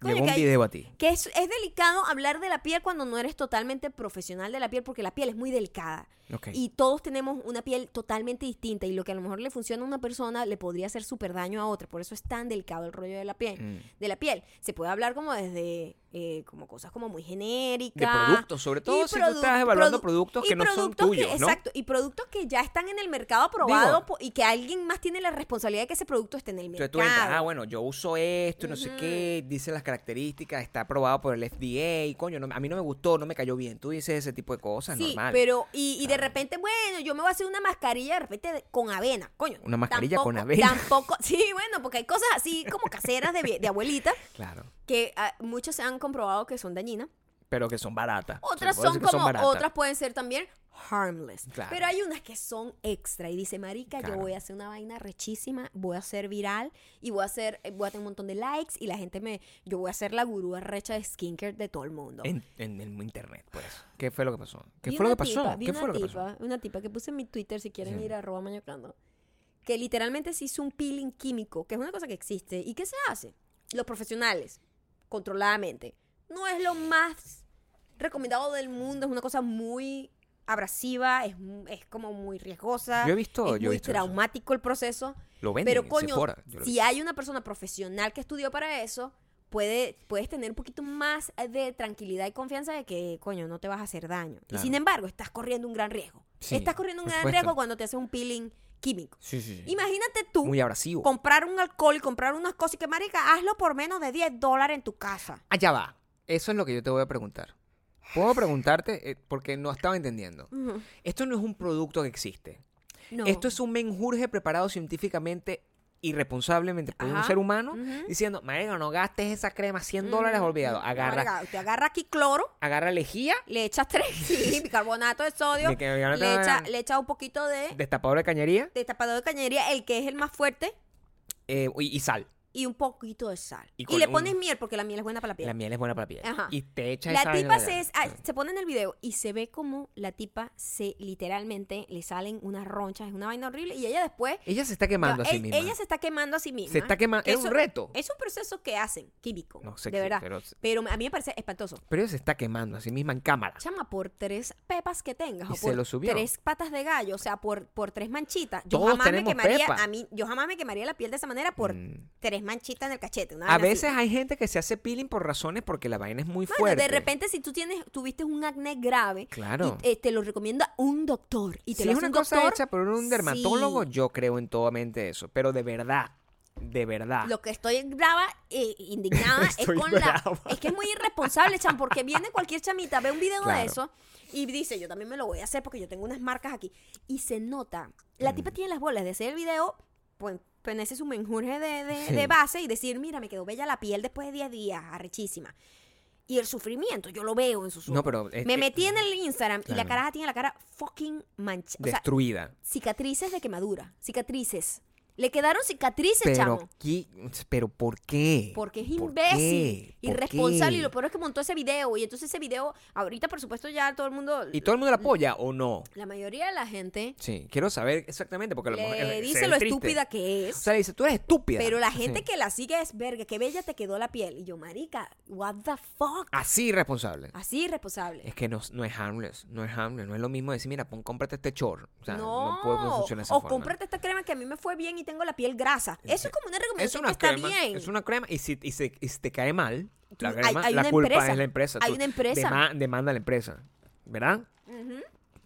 S1: coño,
S2: Llegó
S1: que
S2: un
S1: hay-
S2: video a ti.
S1: que es, es delicado hablar de la piel cuando no eres totalmente profesional de la piel, porque la piel es muy delicada.
S2: Ok.
S1: Y todos tenemos una piel totalmente distinta y lo que a lo mejor le funciona a una persona le podría hacer súper daño a otra. Por eso es tan delicado el rollo de la piel.
S2: Mm.
S1: De la piel. Se puede hablar como desde eh, como cosas como muy
S2: De
S1: genéricas.
S2: productos, sobre todo
S1: Y
S2: si tú
S1: produ-
S2: estás evaluando
S1: produ-
S2: productos
S1: y
S2: que no son
S1: productos que-
S2: tuyos, ¿no?
S1: Exacto, y productos que ya están en el mercado aprobado
S2: Digo-
S1: po- y que alguien más tiene la responsabilidad de que ese producto esté en el mercado.
S2: Entonces tú entras, ah, bueno, yo uso esto, y no sé qué, dice las características, está aprobado por el FDA, coño, no- a mí no me gustó, no me cayó bien. Tú dices ese tipo de cosas,
S1: Sí,
S2: normal. Ah.
S1: pero, y, y de repente, bueno, yo me voy a hacer una mascarilla de repente de- con avena, coño.
S2: Una mascarilla con
S1: tampoco-
S2: avena. <laughs>
S1: Tampoco, sí, bueno, porque hay cosas así como caseras de, vie- de abuelita
S2: Claro.
S1: que ah, muchas se han comprobado que son dañinas.
S2: Pero que son baratas.
S1: Otras
S2: Se puede
S1: son
S2: decir que
S1: como,
S2: baratas.
S1: otras pueden ser también harmless.
S2: Claro.
S1: Pero hay unas que son extra y dice, marica,
S2: Claro.
S1: yo voy a hacer una vaina rechísima, voy a ser viral y voy a hacer, eh, voy a tener un montón de likes y la gente me, yo voy a ser la gurúa recha de skincare de todo el mundo.
S2: En, en el internet, pues. ¿Qué fue lo que pasó? ¿Qué
S1: Vi
S2: fue lo
S1: una
S2: que pasó?
S1: tipa, vi
S2: ¿Qué
S1: una
S2: fue lo que
S1: tipa,
S2: pasó?
S1: Una tipa que puse en mi Twitter, si quieren
S2: Sí.
S1: ir a arroba mañocando, que literalmente se hizo un peeling químico, que es una cosa que existe. ¿Y qué se hace? Los profesionales, controladamente. No es lo más recomendado del mundo, es una cosa muy abrasiva, es, mu- es como muy riesgosa.
S2: Yo he visto-
S1: es
S2: yo he
S1: muy
S2: visto eso.
S1: traumático el proceso.
S2: Lo venden
S1: Pero
S2: en
S1: coño,
S2: Sephora, yo lo vi.
S1: si hay una persona profesional que estudió para eso, puede, puedes tener un poquito más eh, de tranquilidad y confianza de que, coño, no te vas a hacer daño.
S2: Claro.
S1: Y sin embargo, estás corriendo un gran riesgo.
S2: Sí,
S1: estás corriendo un
S2: por
S1: gran
S2: supuesto.
S1: riesgo cuando te haces un peeling químico.
S2: Sí, sí, sí.
S1: Imagínate tú
S2: Muy abrasivo.
S1: comprar un alcohol y comprar unas cosas y que, marica, hazlo por menos de 10 dólares en tu casa.
S2: Allá Ah, va. Eso es lo que yo te voy a preguntar. Puedo preguntarte, Eh, porque no estaba entendiendo.
S1: Ujú.
S2: Esto no es un producto que existe.
S1: No.
S2: Esto es un menjurje preparado científicamente irresponsablemente por un
S1: Ajá.
S2: ser humano
S1: Ujú.
S2: diciendo, marica, no gastes esa crema, 100
S1: Mm,
S2: dólares, olvidado.
S1: no,
S2: Agarra,
S1: marica, te agarra aquí cloro.
S2: agarra lejía,
S1: Le echas tres, <laughs> sí, bicarbonato de sodio,
S2: Bicarbonato
S1: le
S2: de-
S1: echa, le echa un poquito de
S2: destapador de cañería
S1: de tapado de cañería, el que es el más fuerte,
S2: eh, y, y sal.
S1: y un poquito de sal.
S2: Y
S1: Y,
S2: con
S1: le
S2: un-
S1: pones miel porque la miel es buena para la
S2: La
S1: piel.
S2: miel es buena para la piel.
S1: Ajá.
S2: Y te echa
S1: La,
S2: esa vaina
S1: tipa
S2: de-
S1: se, es- ah, se pone en el video y se ve como la tipa se literalmente le salen unas ronchas, es una vaina horrible, y ella después...
S2: Ella se está quemando
S1: no,
S2: a sí
S1: el-
S2: misma.
S1: Ella se está quemando a sí misma.
S2: Se está quemando.
S1: Que
S2: Es un
S1: eso-
S2: reto.
S1: Es un proceso que hacen, químico.
S2: No sé
S1: de
S2: qué,
S1: verdad.
S2: pero-
S1: Pero... a mí me parece espantoso.
S2: Pero ella se está quemando a sí misma en cámara.
S1: Chama, por tres pepas que tengas,
S2: Y
S1: o
S2: se
S1: por
S2: lo subió.
S1: tres patas de gallo, o sea, por, por tres manchitas, yo
S2: Todos
S1: jamás me
S2: tenemos
S1: quemaría,
S2: pepa.
S1: a mí, yo jamás me quemaría la piel de esa manera por
S2: Mm.
S1: tres manchitas en el cachete. una
S2: A
S1: vaina así.
S2: veces hay gente que se hace peeling por razones porque la vaina es muy
S1: Mano,
S2: fuerte.
S1: de repente si tú tienes, tuviste un acné grave,
S2: Claro.
S1: y, eh, te lo recomienda un doctor y te
S2: si
S1: lo
S2: es
S1: hace
S2: una
S1: un
S2: cosa
S1: doctor,
S2: hecha por un dermatólogo,
S1: sí.
S2: yo creo en toda mente eso. Pero de verdad, de verdad.
S1: Lo que estoy brava, eh,
S2: <laughs>
S1: indignada, es
S2: Ah. Estoy
S1: con
S2: brava.
S1: la... Es que es muy irresponsable, Chan, porque viene cualquier chamita, ve un video de
S2: Claro.
S1: eso y dice, yo también me lo voy a hacer porque yo tengo unas marcas aquí. Y se nota. La
S2: Mm.
S1: tipa tiene las bolas de hacer el video, pues, pues ese es un menjurje de, de-
S2: Sí.
S1: de base y decir, mira, me quedó bella la piel después de 10 días, arrechísima. Y el sufrimiento, yo lo veo en sus
S2: No, pero, eh,
S1: Me
S2: eh,
S1: metí en el Instagram y
S2: claro.
S1: la caraja tiene la cara fucking manchada. O sea,
S2: Destruida.
S1: cicatrices de quemadura. Cicatrices. Le quedaron cicatrices, chamo.
S2: pero, qui- pero ¿por qué?
S1: Porque es
S2: ¿Por
S1: imbécil,
S2: qué? ¿Por
S1: irresponsable.
S2: qué?
S1: Y lo peor es que montó ese video. Y entonces ese video, ahorita por supuesto ya todo el mundo,
S2: ¿Y todo el mundo la apoya o no?
S1: la mayoría de la gente
S2: Sí, quiero saber exactamente porque a lo mejor
S1: le
S2: eh, se
S1: dice
S2: ve
S1: lo
S2: triste.
S1: estúpida que
S2: O
S1: es.
S2: sea, le dice, tú eres estúpida.
S1: Pero la
S2: Sí.
S1: gente que la sigue es verga, qué bella te quedó la piel. Y yo, marica, what the fuck.
S2: Así irresponsable.
S1: Así irresponsable.
S2: Es que no, no es harmless, no es harmless, no es lo mismo decir, mira, pon, cómprate este chor. O sea, no,
S1: no,
S2: puede, no funciona de esa
S1: o
S2: forma.
S1: cómprate esta crema que a mí me fue bien y tengo la piel grasa.
S2: Sí.
S1: Eso es como una
S2: es
S1: recomendación
S2: una
S1: que está
S2: crema,
S1: bien.
S2: es una crema y si, y se- y si te cae mal,
S1: Tú-
S2: la,
S1: hay-
S2: crema,
S1: hay
S2: la
S1: una
S2: culpa
S1: empresa,
S2: es la empresa.
S1: hay
S2: Tú
S1: una empresa.
S2: dema- demanda a la empresa, ¿verdad?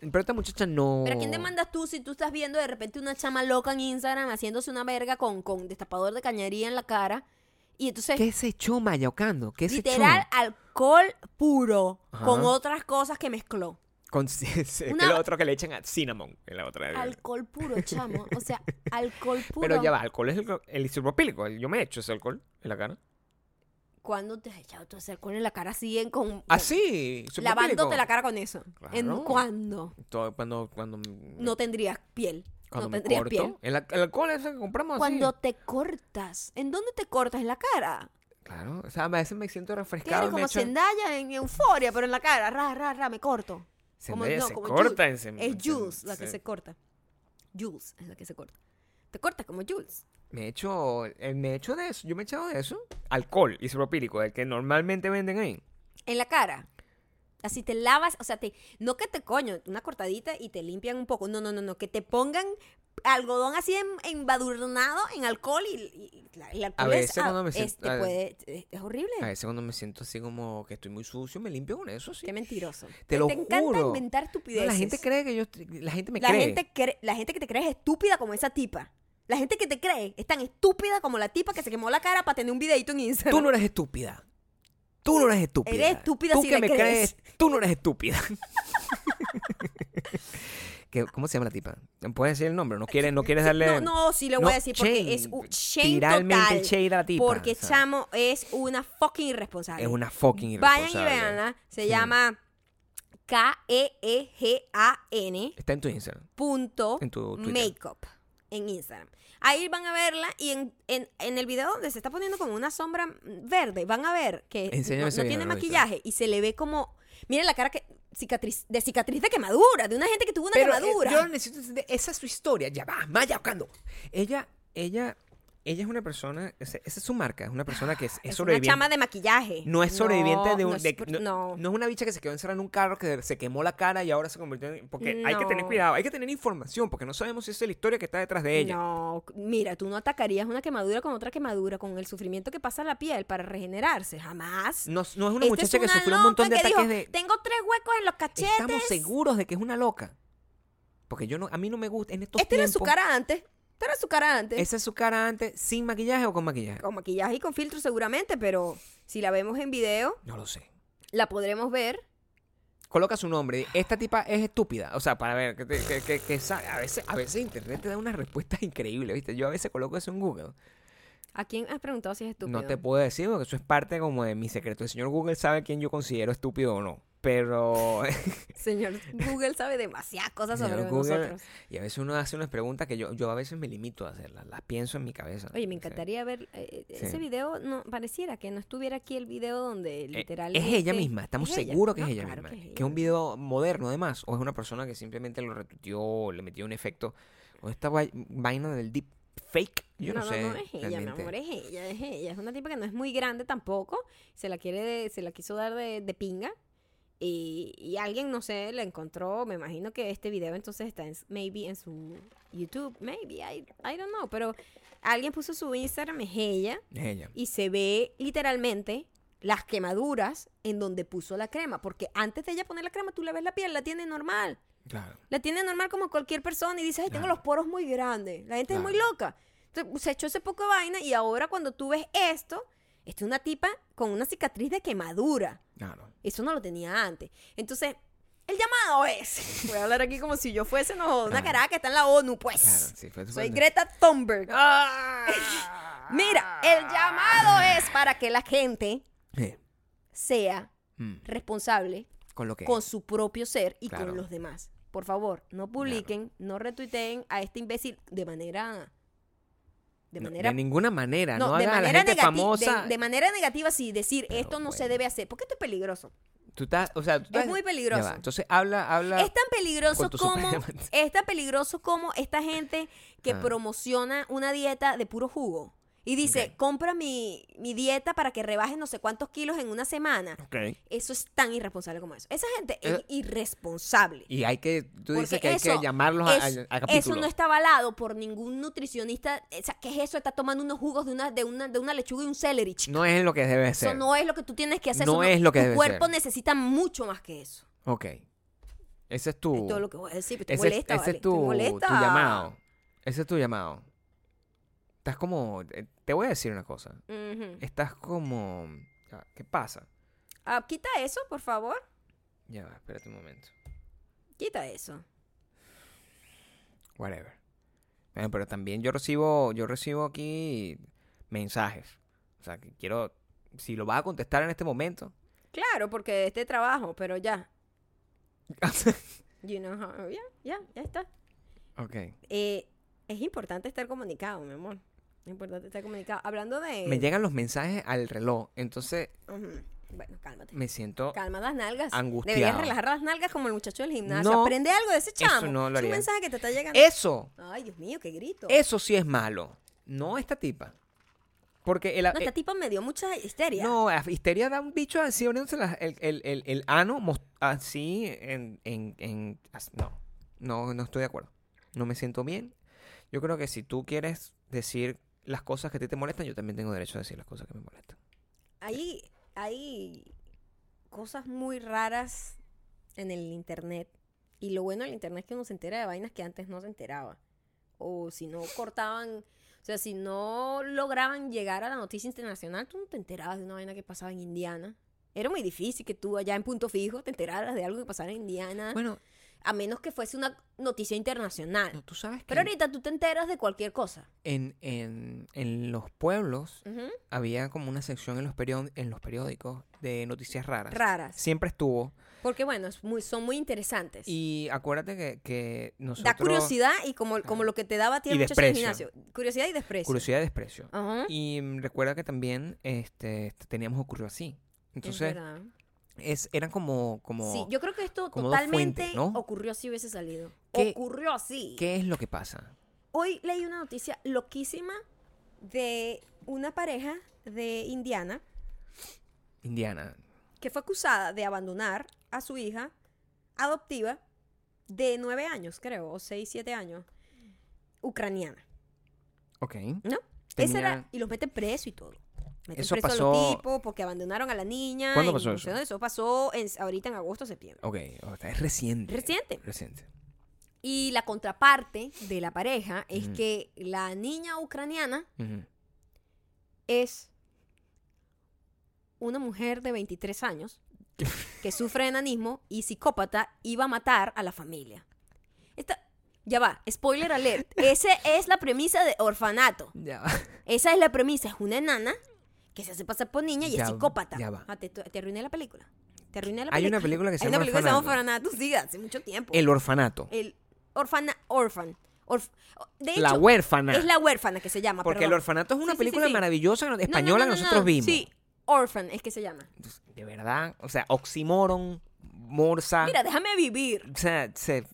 S2: Pero esta muchacha no...
S1: Pero ¿a quién demandas tú si tú estás viendo de repente una chama loca en Instagram haciéndose una verga con, con destapador de cañería en la cara? Y entonces,
S2: ¿Qué se echó Mayocando? ¿Qué se echó?
S1: literal, alcohol puro
S2: Ajá.
S1: con otras cosas que mezcló.
S2: Con, <laughs> es que
S1: Una-
S2: lo otro que le echan a cinnamon en la otra.
S1: Alcohol puro, chamo. O
S2: <laughs>
S1: sea, alcohol puro.
S2: Pero ya va, alcohol es el, el isopropílico. Yo me he hecho ese alcohol en la cara.
S1: ¿Cuándo te has echado tú ese alcohol en la cara así en con...
S2: ¿Ah, Así, isopropílico.
S1: Lavándote la cara con eso. ¿En
S2: Claro.
S1: cuándo?
S2: Todo- cuando, cuando,
S1: No tendrías piel.
S2: cuando
S1: no
S2: me
S1: tendrías
S2: corto. Ah,
S1: piel.
S2: El, al- el alcohol es el que compramos
S1: Cuando
S2: así.
S1: te cortas. ¿En dónde te cortas? ¿En la cara?
S2: Claro, o sea, a veces me siento
S1: Claro,
S2: refrescado. y me
S1: como
S2: echan-
S1: Zendaya en Euforia, pero en la cara, ra, ra, ra, me corto. Como-
S2: Zendaya
S1: no,
S2: se
S1: como
S2: corta.
S1: Jules.
S2: en-
S1: Es
S2: en-
S1: Jules la que
S2: se-
S1: se corta. Jules es la que se corta. Te cortas como Jules.
S2: Me he hecho, eh, me he hecho de eso, yo me he echado de eso. Alcohol isopropílico, el que normalmente venden ahí.
S1: En la cara. Así te lavas, o sea, te, no que te coño, una cortadita y te limpian un poco. No, no, no, no, que te pongan algodón así en, embadurnado en alcohol y, y- y la- el alcohol
S2: A
S1: es-
S2: veces cuando me
S1: es-
S2: siento-
S1: te
S2: a-
S1: puede- es- es horrible.
S2: A veces cuando me siento así como que estoy muy sucio, me limpio con eso, sí.
S1: Qué mentiroso.
S2: Te lo
S1: encanta
S2: juro.
S1: inventar
S2: No,
S1: estupideces.
S2: la gente cree que yo estoy- la gente me
S1: la
S2: cree.
S1: gente cre- la gente que te cree es estúpida como esa tipa. La gente que te cree es tan estúpida como la tipa que se quemó la cara para tener un videito en Instagram.
S2: Tú no eres estúpida. Tú no eres estúpida.
S1: Eres estúpida
S2: tú
S1: si
S2: que
S1: le
S2: me
S1: crees.
S2: crees. Tú no
S1: <laughs>
S2: eres estúpida. ¿Qué- ¿Cómo se llama la tipa? ¿Puedes decir el nombre? ¿No quieres, no quieres
S1: No,
S2: darle...?
S1: no, sí le voy
S2: No,
S1: a decir porque
S2: shame,
S1: es un shame
S2: literalmente
S1: total.
S2: shade a la tipa,
S1: Porque
S2: o sea.
S1: chamo es una fucking irresponsable.
S2: Es una fucking
S1: Vayan y
S2: irresponsable.
S1: veanla. Se
S2: Sí.
S1: llama E K-E-E-G-A-N
S2: Está en tu Instagram.
S1: punto
S2: En tu Twitter.
S1: makeup en Instagram. Ahí van a verla y en, en- en el video donde se está poniendo como una sombra verde, van a ver que
S2: Enséñame
S1: no,
S2: ese
S1: no
S2: video,
S1: tiene
S2: no lo he visto.
S1: maquillaje y se le ve como... Miren la cara que cicatriz, de cicatriz de quemadura, de una gente que tuvo una
S2: Pero eh,
S1: quemadura.
S2: yo necesito entender, esa es su historia, ya va, Maya Ocando. Ella, ella, ella es una persona, esa esa es su marca, es una persona que es, es
S1: es una
S2: sobreviviente.
S1: chama de maquillaje.
S2: No es sobreviviente
S1: No,
S2: de un...
S1: no es
S2: de-
S1: por-
S2: no,
S1: no.
S2: no es una bicha que se quedó encerrada en un carro, que se quemó la cara y ahora se convirtió en... Porque hay que tener
S1: No.
S2: cuidado, hay que tener información, porque no sabemos si esa es la historia que está detrás de ella.
S1: No, mira, tú no atacarías una quemadura con otra quemadura, con el sufrimiento que pasa la piel para regenerarse, jamás.
S2: No, no es una
S1: Esta
S2: muchacha que
S1: una
S2: sufrió un montón de
S1: loca que
S2: ataques
S1: dijo,
S2: de...
S1: Tengo tres huecos en los cachetes.
S2: Estamos seguros de que es una loca. Porque yo no, a mí no me gusta en estos
S1: Esta Este era su
S2: tiempos-
S1: cara antes. Esta era su cara antes.
S2: Esa es su cara antes, sin maquillaje o con maquillaje.
S1: Con maquillaje y con filtro seguramente, pero si la vemos en video,
S2: No lo sé.
S1: la podremos ver.
S2: Coloca su nombre. Esta tipa es estúpida. O sea, para ver, que, te- que- que- que sa- a, veces, a veces internet te da unas <laughs> respuestas increíbles, ¿viste? Yo a veces coloco eso en Google.
S1: ¿A quién has preguntado si es estúpido?
S2: No te puedo decir porque eso es parte como de mi secreto. El señor Google sabe quién yo considero estúpido o no.
S1: <laughs>
S2: Pero... <laughs>
S1: Señor Google sabe demasiadas cosas
S2: Señor
S1: sobre
S2: Google.
S1: nosotros.
S2: y a veces uno hace unas preguntas que yo, yo a veces me limito a hacerlas. Las pienso en mi cabeza.
S1: Oye, me
S2: O sea,
S1: encantaría ver eh, eh,
S2: Sí.
S1: ese video. No, pareciera que no estuviera aquí el video donde
S2: eh,
S1: literal.
S2: es ella
S1: este-
S2: misma, estamos
S1: es ella.
S2: seguros que
S1: No,
S2: es ella
S1: claro
S2: misma.
S1: que
S2: Que
S1: es
S2: es,
S1: ella.
S2: un video moderno además, o es una persona que simplemente lo retuiteó, le metió un efecto, o esta vai- vaina del deep fake, yo no,
S1: no,
S2: sé.
S1: No, es ella, mi
S2: realmente.
S1: amor, es ella, es ella. Es una tipa que no es muy grande tampoco. Se la quiere, de- se la quiso dar de, de pinga. Y, y alguien, no sé, la encontró. Me imagino que este video entonces está en, maybe en su YouTube, maybe, I, I don't know. Pero alguien puso su Instagram, es ella.
S2: Es ella.
S1: Y se ve literalmente las quemaduras en donde puso la crema. Porque antes de ella poner la crema, tú le ves la piel, la tiene normal.
S2: Claro.
S1: La tiene normal como cualquier persona y dice, ay, tengo
S2: Claro.
S1: los poros muy grandes. La gente es muy
S2: Claro.
S1: loca. Entonces, se echó ese poco de vaina y ahora cuando tú ves esto, esta es una tipa con una cicatriz de quemadura.
S2: Claro.
S1: Eso no lo tenía antes. Entonces, el llamado es... <laughs> Voy a hablar aquí como si yo fuese no, una
S2: Claro.
S1: caraja que está en la ONU, pues.
S2: Claro, sí, fue-
S1: Soy
S2: fue-
S1: Greta
S2: <laughs>
S1: Thunberg.
S2: ¡Ah!
S1: Mira, <laughs> el llamado es para que la gente
S2: Sí.
S1: sea
S2: eh, Mm.
S1: responsable
S2: Con lo que
S1: con su propio ser y
S2: Claro.
S1: con los demás. Por favor, no publiquen, no retuiteen a este imbécil de manera. De
S2: No,
S1: manera.
S2: de ninguna manera, no,
S1: no, de
S2: hagas a la
S1: manera
S2: gente
S1: negati-
S2: famosa.
S1: de, de manera negativa, sí, decir
S2: Pero
S1: esto no se
S2: bueno.
S1: debe hacer. Porque esto es peligroso.
S2: Tú estás, o sea, tú
S1: Es
S2: estás-
S1: muy
S2: ya
S1: peligroso.
S2: va, Entonces habla, habla.
S1: Es tan peligroso
S2: con tu
S1: como.
S2: superhéroe.
S1: <laughs> Es tan peligroso como esta gente que
S2: Ah.
S1: promociona una dieta de puro jugo. Y dice,
S2: Ok.
S1: compra mi, mi dieta para que rebajes no sé cuántos kilos en una semana.
S2: Ok.
S1: Eso es tan irresponsable como eso. Esa gente es
S2: Eh.
S1: irresponsable.
S2: Y hay que, tú dices
S1: Porque
S2: que hay
S1: eso-
S2: que llamarlos a,
S1: es-
S2: a- a
S1: Eso
S2: capítulo.
S1: no está avalado por ningún nutricionista. O sea, ¿qué es eso? Está tomando unos jugos de una, de una, de una lechuga y un celery. chica.
S2: No es lo que debe ser.
S1: Eso no es lo que tú tienes que hacer.
S2: No
S1: eso
S2: es lo que
S1: tu
S2: debe
S1: cuerpo
S2: ser.
S1: necesita mucho más que eso.
S2: Ok. Ese es tu.
S1: Es todo lo que voy a decir. pero Estoy
S2: ese, es-
S1: molesta,
S2: ese
S1: vale,
S2: es tu,
S1: estoy molesta.
S2: tu llamado. Ese es tu llamado. Estás como. eh, Te voy a decir una cosa.
S1: Ujú.
S2: Estás como. ya va, ¿Qué pasa?
S1: Ah, quita eso, por favor.
S2: Ya va, espérate un momento.
S1: Quita eso.
S2: Whatever. Bueno, pero también yo recibo, yo recibo aquí mensajes. O sea, que quiero. Si lo vas a contestar en este momento. <laughs>
S1: Claro, porque este trabajo, pero ya. You know how- Ya, ya, ya está.
S2: ok.
S1: Eh, es importante estar comunicado, mi amor. Es importante estar comunicado. Hablando de.
S2: Me llegan los mensajes al reloj. Entonces
S1: Ujú. Bueno, cálmate.
S2: me siento.
S1: Calma las nalgas.
S2: Angustiado.
S1: Deberías relajar las nalgas como el muchacho del gimnasio.
S2: No,
S1: Aprende algo de ese chamo.
S2: eso no lo
S1: es un
S2: haría.
S1: mensaje que te está llegando.
S2: Eso.
S1: Ay, Dios mío, qué grito.
S2: Eso sí es malo. No esta tipa. Porque el, eh,
S1: No, esta tipa me dio mucha histeria.
S2: No, la histeria da un bicho así, abriéndose las- el, el, el, el ano mos- así en, en, en- as- No, no, no estoy de acuerdo. No me siento bien. Yo creo que si tú quieres decir las cosas que a ti te molestan, yo también tengo derecho a decir las cosas que me molestan.
S1: Hay, hay cosas muy raras en el internet. Y lo bueno del internet es que uno se entera de vainas que antes no se enteraba. O si no cortaban, o sea, si no lograban llegar a la noticia internacional, tú no te enterabas de una vaina que pasaba en Indiana. Era muy difícil que tú allá en punto fijo te enteraras de algo que pasara en Indiana,
S2: Bueno,
S1: a menos que fuese una noticia internacional.
S2: no, tú sabes que
S1: Pero ahorita tú te enteras de cualquier cosa.
S2: en, en, en los pueblos
S1: Ujú.
S2: había como una sección en los, perió- en los periódicos de noticias raras.
S1: Raras.
S2: Siempre estuvo.
S1: Porque bueno, es muy, son muy interesantes.
S2: Y acuérdate que, que nosotros...
S1: Da curiosidad y como, como lo que te daba a ti el
S2: Y
S1: muchacho en el
S2: desprecio.
S1: gimnasio. Curiosidad y desprecio.
S2: Curiosidad y desprecio.
S1: Ajá.
S2: Y mm, recuerda que también este, este, teníamos ocurrido así.
S1: es
S2: Entonces,
S1: verdad.
S2: es, eran como, como
S1: sí, yo creo que esto
S2: como dos
S1: totalmente
S2: fuentes, ¿no?
S1: ocurrió si hubiese salido.
S2: ¿Qué-
S1: Ocurrió así.
S2: ¿qué es lo que pasa?
S1: Hoy leí una noticia loquísima de una pareja de Indiana
S2: Indiana.
S1: que fue acusada de abandonar a su hija adoptiva de nueve años, creo, o seis, siete años, ucraniana,
S2: Ok.
S1: ¿no? Esa
S2: Tenía-
S1: era, y los meten preso y todo. Meten
S2: Eso
S1: preso a
S2: pasó-
S1: los tipos porque abandonaron a la niña.
S2: ¿Cuándo
S1: y
S2: pasó
S1: no
S2: eso?
S1: sé dónde. pasó en- ahorita en agosto, septiembre.
S2: Ok, o sea, es reciente.
S1: Reciente.
S2: Reciente.
S1: Y la contraparte de la pareja es
S2: Ujú.
S1: que la niña ucraniana
S2: Ujú.
S1: es una mujer de 23
S2: <laughs>
S1: años que sufre de enanismo y psicópata iba a matar a la familia. Esta, ya va, spoiler alert. Esa es la premisa de orfanato.
S2: Ya
S1: Esa es la premisa. Es una enana que se hace pasar por niña y
S2: Ya-
S1: es psicópata.
S2: ya va.
S1: Ah, te, te arruiné la película. Te arruiné la
S2: Hay
S1: película.
S2: una película que se
S1: Hay
S2: llama
S1: una película que se llama
S2: Orfanato.
S1: Orfanato, sí, hace mucho tiempo.
S2: <laughs> El orfanato.
S1: El orfana, orfan. Orf- de hecho,
S2: la huérfana.
S1: es la huérfana que se llama.
S2: Porque el
S1: perdón.
S2: orfanato es
S1: Sí, sí,
S2: una
S1: sí,
S2: película
S1: sí.
S2: maravillosa
S1: No, no,
S2: española
S1: no, no,
S2: que nosotros
S1: no.
S2: vimos.
S1: Sí, orphan es que se llama.
S2: De verdad. O sea, oxímoron, morsa.
S1: Mira, déjame vivir.
S2: O sea, se-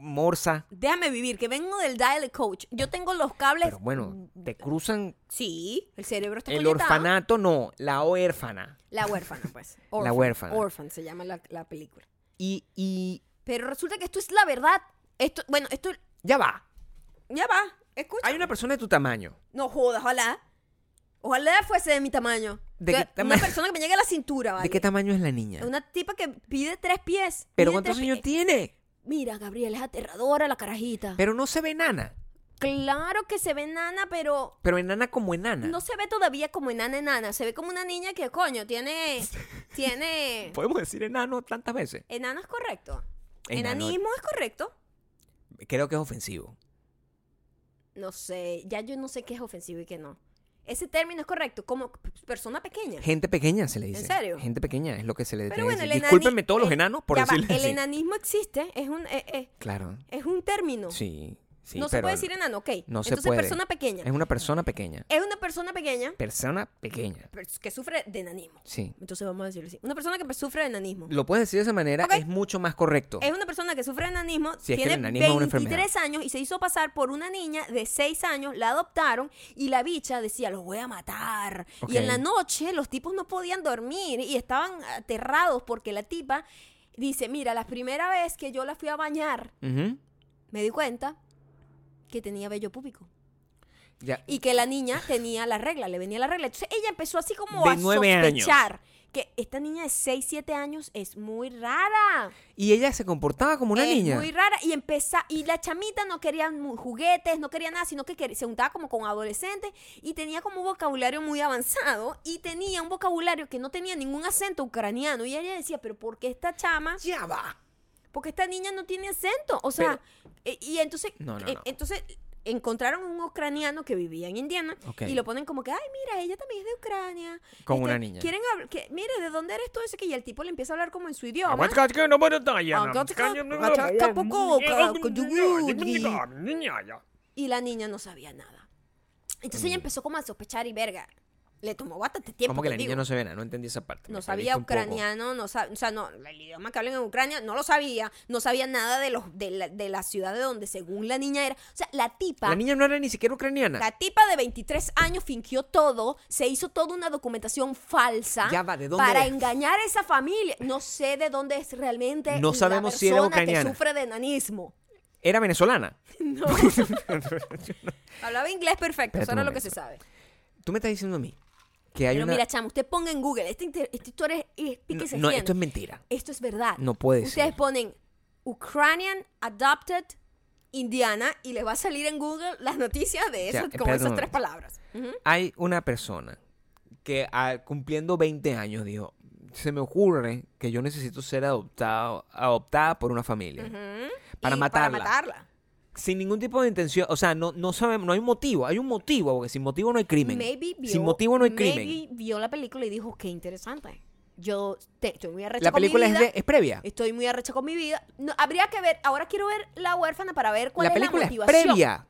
S2: morsa.
S1: Déjame vivir, que vengo del dial coach. Yo tengo los cables.
S2: Pero bueno, te cruzan
S1: Sí, el cerebro está
S2: el
S1: conectado.
S2: orfanato, no, la huérfana.
S1: La huérfana, pues.
S2: <laughs> La huérfana.
S1: Orphan se llama la, la película.
S2: Y, y
S1: Pero resulta que esto es la verdad. Esto, bueno, esto
S2: ya va.
S1: ya va. Escucha.
S2: Hay una persona de tu tamaño.
S1: No jodas, ojalá. Ojalá fuese de mi tamaño.
S2: ¿De
S1: Que
S2: qué tama-
S1: Una persona que me llegue a la cintura, ¿vale?
S2: ¿De qué tamaño es la niña?
S1: Una tipa que pide tres pies.
S2: ¿Pero
S1: mide
S2: cuántos
S1: tres
S2: años
S1: pies.
S2: tiene?
S1: Mira, Gabriel, es aterradora la carajita.
S2: Pero no se ve enana.
S1: Claro que se ve nana, pero
S2: Pero enana como enana.
S1: no se ve todavía como enana enana. Se ve como una niña que, coño,
S2: <laughs>
S1: tiene. tiene.
S2: Podemos decir enano tantas veces.
S1: Enano es correcto.
S2: Enano.
S1: Enanismo es correcto.
S2: Creo que es ofensivo.
S1: No sé, ya yo no sé qué es ofensivo y qué no. Ese término es correcto, como p- persona pequeña.
S2: Gente pequeña se le dice.
S1: ¿En serio?
S2: Gente pequeña es lo que se le
S1: Pero
S2: dice.
S1: bueno, el enani-
S2: Discúlpenme todos los
S1: el-
S2: enanos por
S1: Ya va,
S2: decirle
S1: El
S2: así.
S1: enanismo existe, es un, eh, eh,
S2: Claro.
S1: es un término.
S2: Sí, sí.
S1: no se
S2: pero
S1: puede decir enano, ok.
S2: no se
S1: Entonces,
S2: puede.
S1: persona pequeña.
S2: Es una persona pequeña.
S1: Es una persona pequeña
S2: Persona pequeña.
S1: pers- que sufre de enanismo.
S2: Sí.
S1: Entonces vamos a decirlo así. Una persona que sufre de enanismo.
S2: Lo puedes decir de esa manera,
S1: Ok.
S2: es mucho más correcto.
S1: Es una persona que sufre de enanismo,
S2: Si es que el
S1: tiene
S2: enanismo es una
S1: 23 años y se hizo pasar por una niña de 6 años, la adoptaron y la bicha decía, los voy a matar.
S2: Ok.
S1: Y en la noche los tipos no podían dormir y estaban aterrados porque la tipa dice, mira, la primera vez que yo la fui a bañar,
S2: Ujú.
S1: me di cuenta que tenía vello púbico.
S2: Ya.
S1: Y que la
S2: <laughs>
S1: niña tenía la regla, le venía la regla. Entonces ella empezó así como
S2: De
S1: a
S2: nueve años.
S1: sospechar que esta niña de 6, 7 años es muy rara.
S2: Y ella se comportaba como una
S1: es
S2: niña.
S1: muy rara y empezá y la chamita no quería mu- juguetes, no quería nada, sino que quer- se juntaba como con adolescentes y tenía como un vocabulario muy avanzado y tenía un vocabulario que no tenía ningún acento ucraniano y ella decía, pero ¿por qué esta chama?
S2: Ya va.
S1: Porque esta niña no tiene acento, o sea, eh, y entonces
S2: No, no,
S1: eh,
S2: no.
S1: entonces encontraron un ucraniano que vivía en Indiana
S2: Ok.
S1: y lo ponen como que, ay, mira, ella también es de Ucrania.
S2: Con una niña.
S1: Quieren hablar, que, mire, ¿de dónde eres tú? Ese que y el tipo le empieza a hablar como en su
S2: Ah,
S1: idioma.
S3: Ah,
S1: Eh, Y la niña no sabía nada. Entonces ella empezó como a sospechar y verga. Le tomó bastante tiempo.
S2: Como Mm. que
S1: te
S2: la niña
S1: digo.
S2: no se vena, no entendí esa parte.
S1: No
S2: me
S1: sabía
S2: perdiste un poco.
S1: ucraniano, no sa- o sea, no, el idioma que hablan en Ucrania, no lo sabía, no sabía nada de, los, de, la, de la ciudad de donde según la niña era. O sea, la tipa,
S2: La
S1: la,
S2: niña no era ni siquiera ucraniana.
S1: tipa de 23 años fingió todo, se hizo toda una documentación falsa
S2: Ya va, ¿de dónde
S1: para
S2: es?
S1: engañar a esa familia. No sé de dónde es realmente
S2: No sabemos
S1: la
S2: si era
S1: persona
S2: ucraniana.
S1: que sufre de enanismo.
S2: Era venezolana. <laughs>
S1: No. Hablaba inglés perfecto, eso
S2: Espérate un
S1: era lo que
S2: momento.
S1: se sabe.
S2: Tú me estás diciendo a mí que hay
S1: Pero
S2: una.
S1: mira, chamo, usted ponga en Google, esta inter- esta historia es, es
S2: no,
S1: pique
S2: no, esto es mentira.
S1: Esto es verdad.
S2: No puede
S1: Ustedes
S2: ser.
S1: ponen Ukrainian Adopted Indiana y les va a salir en Google las noticias de
S2: Ya, eh,
S1: eso con
S2: espérate
S1: esas
S2: un
S1: tres
S2: momento.
S1: palabras. Ujú.
S2: Hay una persona que a- cumpliendo 20 años dijo: Se me ocurre que yo necesito ser adoptado, adoptada por una familia.
S1: Ujú.
S2: Para
S1: Y
S2: matarla.
S1: Para matarla.
S2: Sin ningún tipo de intención. O sea, no, no sabemos, no hay motivo. Hay un motivo, porque sin motivo no hay crimen.
S1: Maybe vio,
S2: sin motivo no hay
S1: maybe
S2: crimen.
S1: vio la película y dijo, qué interesante. Yo te- estoy muy arrecha
S2: La
S1: con mi
S2: película es,
S1: vida.
S2: de- es previa.
S1: Estoy muy arrecha con mi vida. No, habría que ver, ahora quiero ver La huérfana para ver cuál
S2: La
S1: es la
S2: película es
S1: motivación.
S2: previa.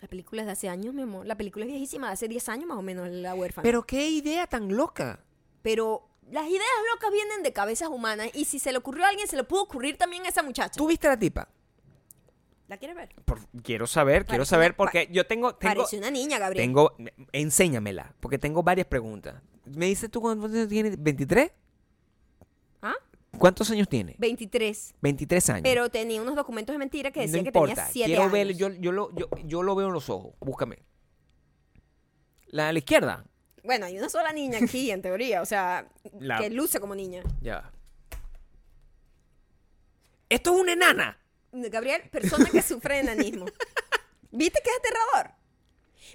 S1: La película es de hace años, mi amor. La película es viejísima, de hace 10 años más o menos, La huérfana.
S2: Pero qué idea tan loca.
S1: Pero las ideas locas vienen de cabezas humanas y si se le ocurrió a alguien, se le pudo ocurrir también a esa muchacha.
S2: ¿Tú viste a la tipa?
S1: ¿La quieres ver?
S2: Por- quiero saber, quiero
S1: Parece
S2: saber,
S1: una- pa-
S2: porque yo tengo, tengo,
S1: Parece una niña, Gabriel.
S2: tengo, enséñamela, porque tengo varias preguntas. ¿Me dices tú cuántos años tienes? ¿23?
S1: ¿Ah?
S2: ¿Cuántos años tiene?
S1: 23.
S2: 23 años.
S1: Pero tenía unos documentos de mentira que
S2: no
S1: decían que
S2: importa,
S1: tenía 7
S2: quiero
S1: años.
S2: ver, yo, yo, lo, yo, yo lo veo en los ojos, búscame. La de la izquierda.
S1: Bueno, hay una sola niña aquí, en teoría. O sea,
S2: <laughs> La-
S1: que luce como niña.
S2: Ya. va. Esto es una enana.
S1: Gabriel, persona que sufre de enanismo.
S2: <laughs>
S1: ¿Viste que es aterrador?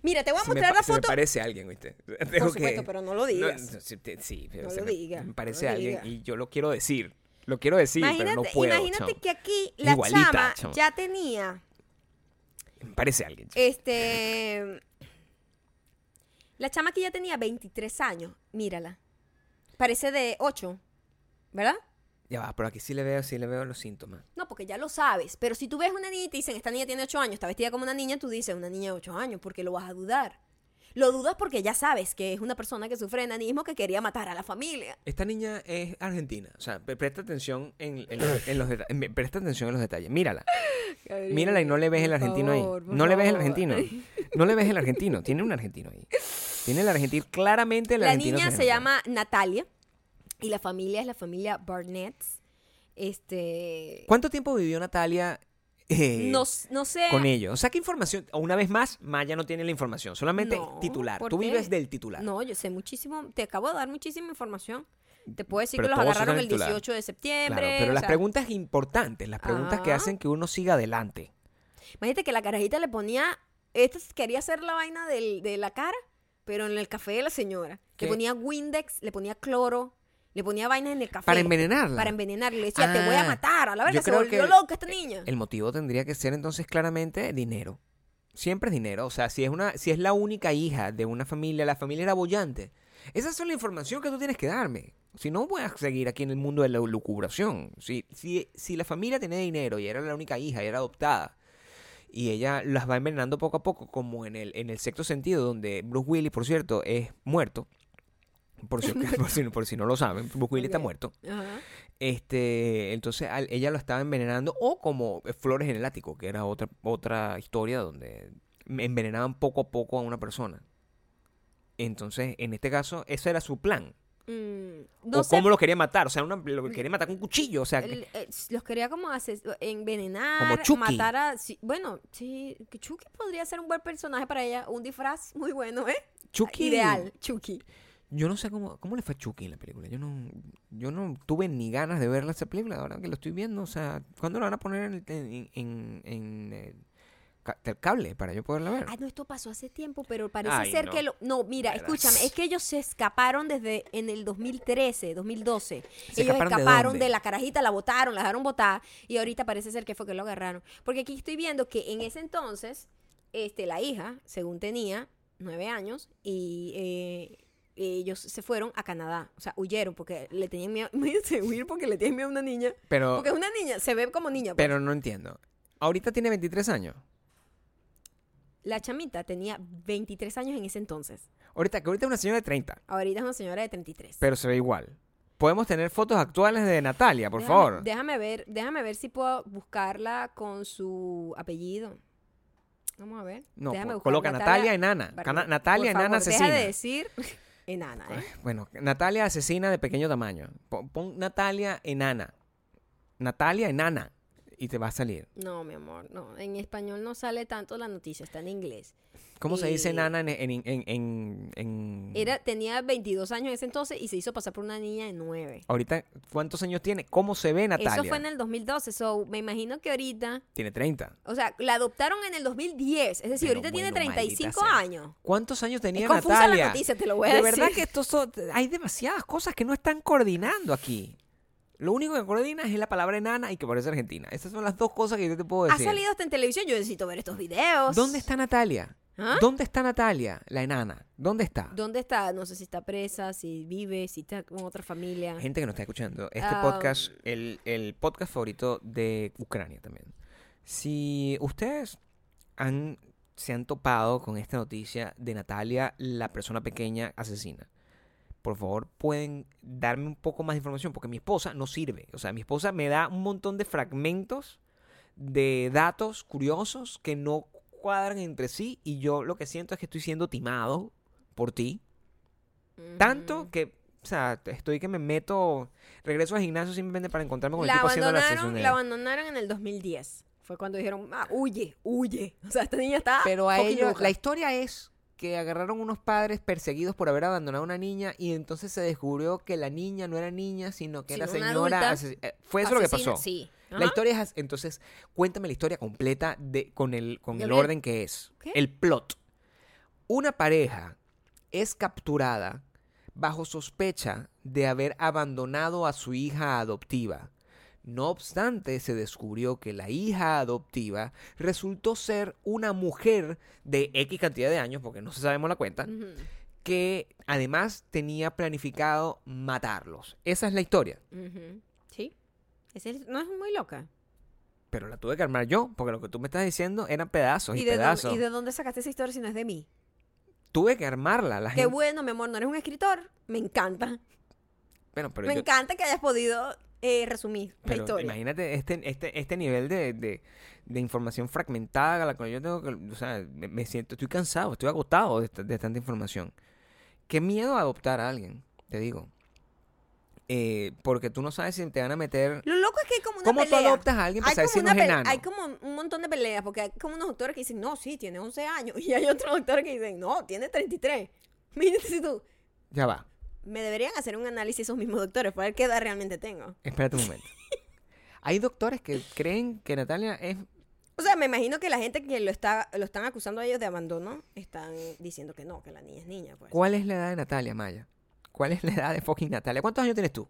S1: Mira, te voy a
S2: Se me
S1: mostrar
S2: pa-
S1: la
S2: se me
S1: foto.
S2: parece a alguien, ¿viste? Tengo
S1: supuesto, pero no lo digas.
S2: sí, te- sí, pero
S1: No
S2: se
S1: lo
S2: me-
S1: digas,
S2: Me
S1: no
S2: parece
S1: lo
S2: a alguien
S1: digas.
S2: y yo lo quiero decir. Lo quiero decir,
S1: imagínate
S2: pero no puedo.
S1: imagínate
S2: chamo.
S1: que aquí la
S2: Igualita,
S1: chama
S2: chamo.
S1: ya tenía
S2: Me parece a alguien. chamo.
S1: Este. La chama que ya tenía 23 años, mírala. Parece de 8, ¿verdad?
S2: Ya va, pero aquí sí le veo, sí le veo los síntomas.
S1: No, porque ya lo sabes. Pero si tú ves una niña y te dicen, esta niña tiene 8 años, está vestida como una niña, tú dices, una niña de 8 años, porque lo vas a dudar. Lo dudas porque ya sabes que es una persona que sufre de enanismo que quería matar a la familia.
S2: Esta niña es argentina. O sea, pre- presta atención en, en los- en los detalles. Me- Presta atención en los detalles. Mírala. Mírala y no le ves el argentino ahí. No le ves el argentino. No le ves el argentino. Tiene un argentino ahí. Tiene el argentino. Claramente el
S1: La
S2: argentino.
S1: niña se
S2: nota.
S1: llama Natalia y la familia es la familia Barnett. Este.
S2: ¿Cuánto tiempo vivió Natalia? eh,
S1: No, s- no sé.
S2: con ellos. O sea, ¿qué información? Una vez más, Maya no tiene la información, solamente
S1: No,
S2: titular.
S1: ¿por
S2: Tú
S1: qué?
S2: vives del titular.
S1: No, yo sé muchísimo, te acabo de dar muchísima información. Te puedo decir que
S2: Pero
S1: los
S2: todos sacan
S1: agarraron
S2: el
S1: el
S2: titular.
S1: 18 de
S2: Claro,
S1: septiembre.
S2: pero
S1: o
S2: las
S1: sea, Ah.
S2: preguntas importantes, las preguntas que
S1: Ajá.
S2: hacen que uno siga adelante.
S1: Imagínate que la carajita le ponía, esta quería hacer la vaina del- de la cara, pero en el café de la señora.
S2: ¿Qué?
S1: Le ponía Windex, le ponía cloro, le ponía vainas en el café.
S2: Para envenenarla.
S1: Para envenenarle. Le decía, te voy
S2: Ah,
S1: a matar. A la
S2: yo
S1: verga, se
S2: creo
S1: volvió este
S2: que-
S1: loca esta niña.
S2: El motivo tendría que ser entonces claramente dinero. Siempre es dinero. O sea, si es una, si es la única hija de una familia, la familia era bollante. Esa es la información que tú tienes que darme. Si no, voy a seguir aquí en el mundo de la lucubración. Si, si, si la familia tenía dinero y era la única hija y era adoptada, y ella las va envenenando poco a poco, como en el, en el sexto sentido, donde Bruce Willis, por cierto, es muerto. Por si, <laughs> por si- por si no lo saben, Bruce Willis está
S1: Ok.
S2: muerto.
S1: Ajá.
S2: Este, entonces al- ella lo estaba envenenando o como eh, Flores en el ático, que era otra otra historia donde envenenaban poco a poco a una persona. Entonces, en este caso, ese era su plan.
S1: Mm,
S2: o
S1: no sé, Mm.
S2: cómo lo quería matar, o sea, una- lo quería matar con un cuchillo, o sea, que-
S1: el- eh, los quería como ases- envenenar,
S2: Como Chucky.
S1: matar a... sí, bueno, sí, que Chucky podría ser un buen personaje para ella, un disfraz muy bueno, ¿eh?
S2: Chucky
S1: Ideal, Chucky.
S2: Yo no sé cómo cómo le fue a Chucky en la película. Yo no yo no tuve ni ganas de verla esa película, ahora que lo estoy viendo, o sea, ¿cuándo la van a poner en el- en en, en el ca- el cable para yo poderla ver?
S1: Ah, no, esto pasó hace tiempo, pero parece
S2: Ay,
S1: ser
S2: no.
S1: que lo... No, mira,
S2: Verás.
S1: escúchame, es que ellos se escaparon desde en el 2013, 2012.
S2: ¿Se
S1: ellos
S2: escaparon de
S1: escaparon de,
S2: dónde?
S1: la carajita, la botaron, la dejaron botada y ahorita parece ser que fue que lo agarraron. Porque aquí estoy viendo que en ese entonces, este, la hija, según tenía, nueve años y... eh, ellos se fueron a Canadá, o sea, huyeron porque le tenían miedo, <laughs> me dice huir porque le tienen miedo a una niña,
S2: Pero
S1: porque es una niña, se ve como niña. pues.
S2: Pero no entiendo. Ahorita tiene 23 años.
S1: La chamita tenía 23 años en ese entonces.
S2: Ahorita, que ahorita es una señora de 30,
S1: Ahorita es una señora de 33.
S2: pero se ve igual. Podemos tener fotos actuales de Natalia, por
S1: Déjame-
S2: favor.
S1: Déjame ver, déjame ver si puedo buscarla con su apellido. Vamos a ver.
S2: No,
S1: déjame
S2: po-
S1: buscar
S2: coloca Natalia Enana.
S1: Barbosa.
S2: Cana-
S1: Por
S2: Natalia
S1: favor,
S2: Enana asesina.
S1: Deja de decir
S2: <laughs>
S1: enana, ¿eh?
S2: Bueno, Natalia asesina de pequeño tamaño. Pon, pon Natalia Enana. Natalia Enana. Y te va a salir.
S1: No, mi amor, no. En español no sale tanto la noticia, está en inglés.
S2: ¿Cómo se dice
S1: Eh,
S2: enana en, en, en, en- en-
S1: Era, tenía 22 años en ese entonces y se hizo pasar por una niña de 9.
S2: Ahorita, ¿cuántos años tiene? ¿Cómo se ve Natalia?
S1: Eso fue en el 2012, so me imagino que ahorita,
S2: Tiene 30.
S1: o sea, la adoptaron en el 2010, es decir,
S2: Pero
S1: ahorita
S2: bueno,
S1: tiene
S2: maldita
S1: 35
S2: sea.
S1: años.
S2: ¿Cuántos años tenía
S1: Es confusa
S2: Natalia?
S1: la noticia, te lo voy a
S2: De
S1: decir.
S2: verdad que estos son- hay demasiadas cosas que no están coordinando aquí. Lo único que coordina es la palabra enana y que parece argentina. Estas son las dos cosas que yo te puedo
S1: Ha
S2: decir.
S1: salido hasta en televisión, yo necesito ver estos videos.
S2: Pues ¿Dónde está Natalia?
S1: ¿Ah?
S2: ¿Dónde está Natalia, la enana? ¿Dónde está?
S1: ¿Dónde está? No sé si está presa, si vive, si está con otra familia.
S2: Gente que nos está escuchando, este
S1: Ah,
S2: podcast, el, el podcast favorito de Ucrania también. Si ustedes han, se han topado con esta noticia de Natalia, la persona pequeña asesina, por favor pueden darme un poco más de información, porque mi esposa no sirve. O sea, mi esposa me da un montón de fragmentos de datos curiosos que no cuadran entre sí y yo lo que siento es que estoy siendo timado por ti
S1: Ujú.
S2: tanto que, o sea, estoy que me meto, regreso al gimnasio simplemente para encontrarme con
S1: La
S2: el tipo haciendo la
S1: abandonaron,
S2: sesión. de-
S1: la abandonaron en el 2010. Fue cuando dijeron, ah, huye, huye. O sea, esta niña está.
S2: Pero a
S1: fucking
S2: ellos,
S1: loca.
S2: la historia es que agarraron unos padres perseguidos por haber abandonado a una niña y entonces se descubrió que la niña no era niña, sino que
S1: Sino
S2: era
S1: una
S2: señora.
S1: adulta
S2: ases- eh, Fue eso lo que
S1: Asesina,
S2: pasó.
S1: Sí.
S2: La
S1: Ajá.
S2: historia es, as- entonces, cuéntame la historia completa de, con el, con el
S1: Gabriel.
S2: orden que es.
S1: ¿Qué?
S2: El plot. Una pareja es capturada bajo sospecha de haber abandonado a su hija adoptiva. No obstante, se descubrió que la hija adoptiva resultó ser una mujer de X cantidad de años, porque no se sabemos la cuenta,
S1: Mm. Ujú,
S2: que además tenía planificado matarlos. Esa es la historia.
S1: ujú. Sí. Esa es- no es muy loca.
S2: Pero la tuve que armar yo, porque lo que tú me estás diciendo eran pedazos y,
S1: de,
S2: pedazos.
S1: dónde, y de dónde sacaste esa historia si no es de mí?
S2: Tuve que armarla. La
S1: Qué
S2: gente...
S1: bueno, mi amor, no eres un escritor. Me encanta.
S2: Bueno, pero
S1: Me
S2: yo-
S1: encanta que hayas podido eh, resumir la
S2: pero
S1: historia.
S2: imagínate este, este, este nivel de, de- de información fragmentada a la cual yo tengo que... O sea, me, me siento... Estoy cansado, estoy agotado de, esta- de tanta información. Qué miedo adoptar a alguien, te digo. Eh, porque tú no sabes si te van a meter...
S1: Lo loco es que hay como una
S2: ¿Cómo
S1: pelea.
S2: tú adoptas a alguien para
S1: Hay
S2: saber
S1: como,
S2: si
S1: una
S2: no es
S1: pele-
S2: enano?
S1: hay como un montón de peleas, porque hay como unos doctores que dicen, no, sí, tiene 11 años. <laughs> Y hay otros doctores que dicen, no, tiene 33. <laughs> Mírate si tú,
S2: Ya va.
S1: me deberían hacer un análisis esos mismos doctores para ver qué edad realmente tengo.
S2: Espérate un
S1: <laughs>
S2: momento. Hay doctores que creen que Natalia es
S1: O sea, me imagino que la gente que lo está lo están acusando a ellos de abandono están diciendo que no, que la niña es niña. Pues.
S2: ¿Cuál es la edad de Natalia, Maya? ¿Cuál es la edad de fucking Natalia? ¿Cuántos años tienes tú?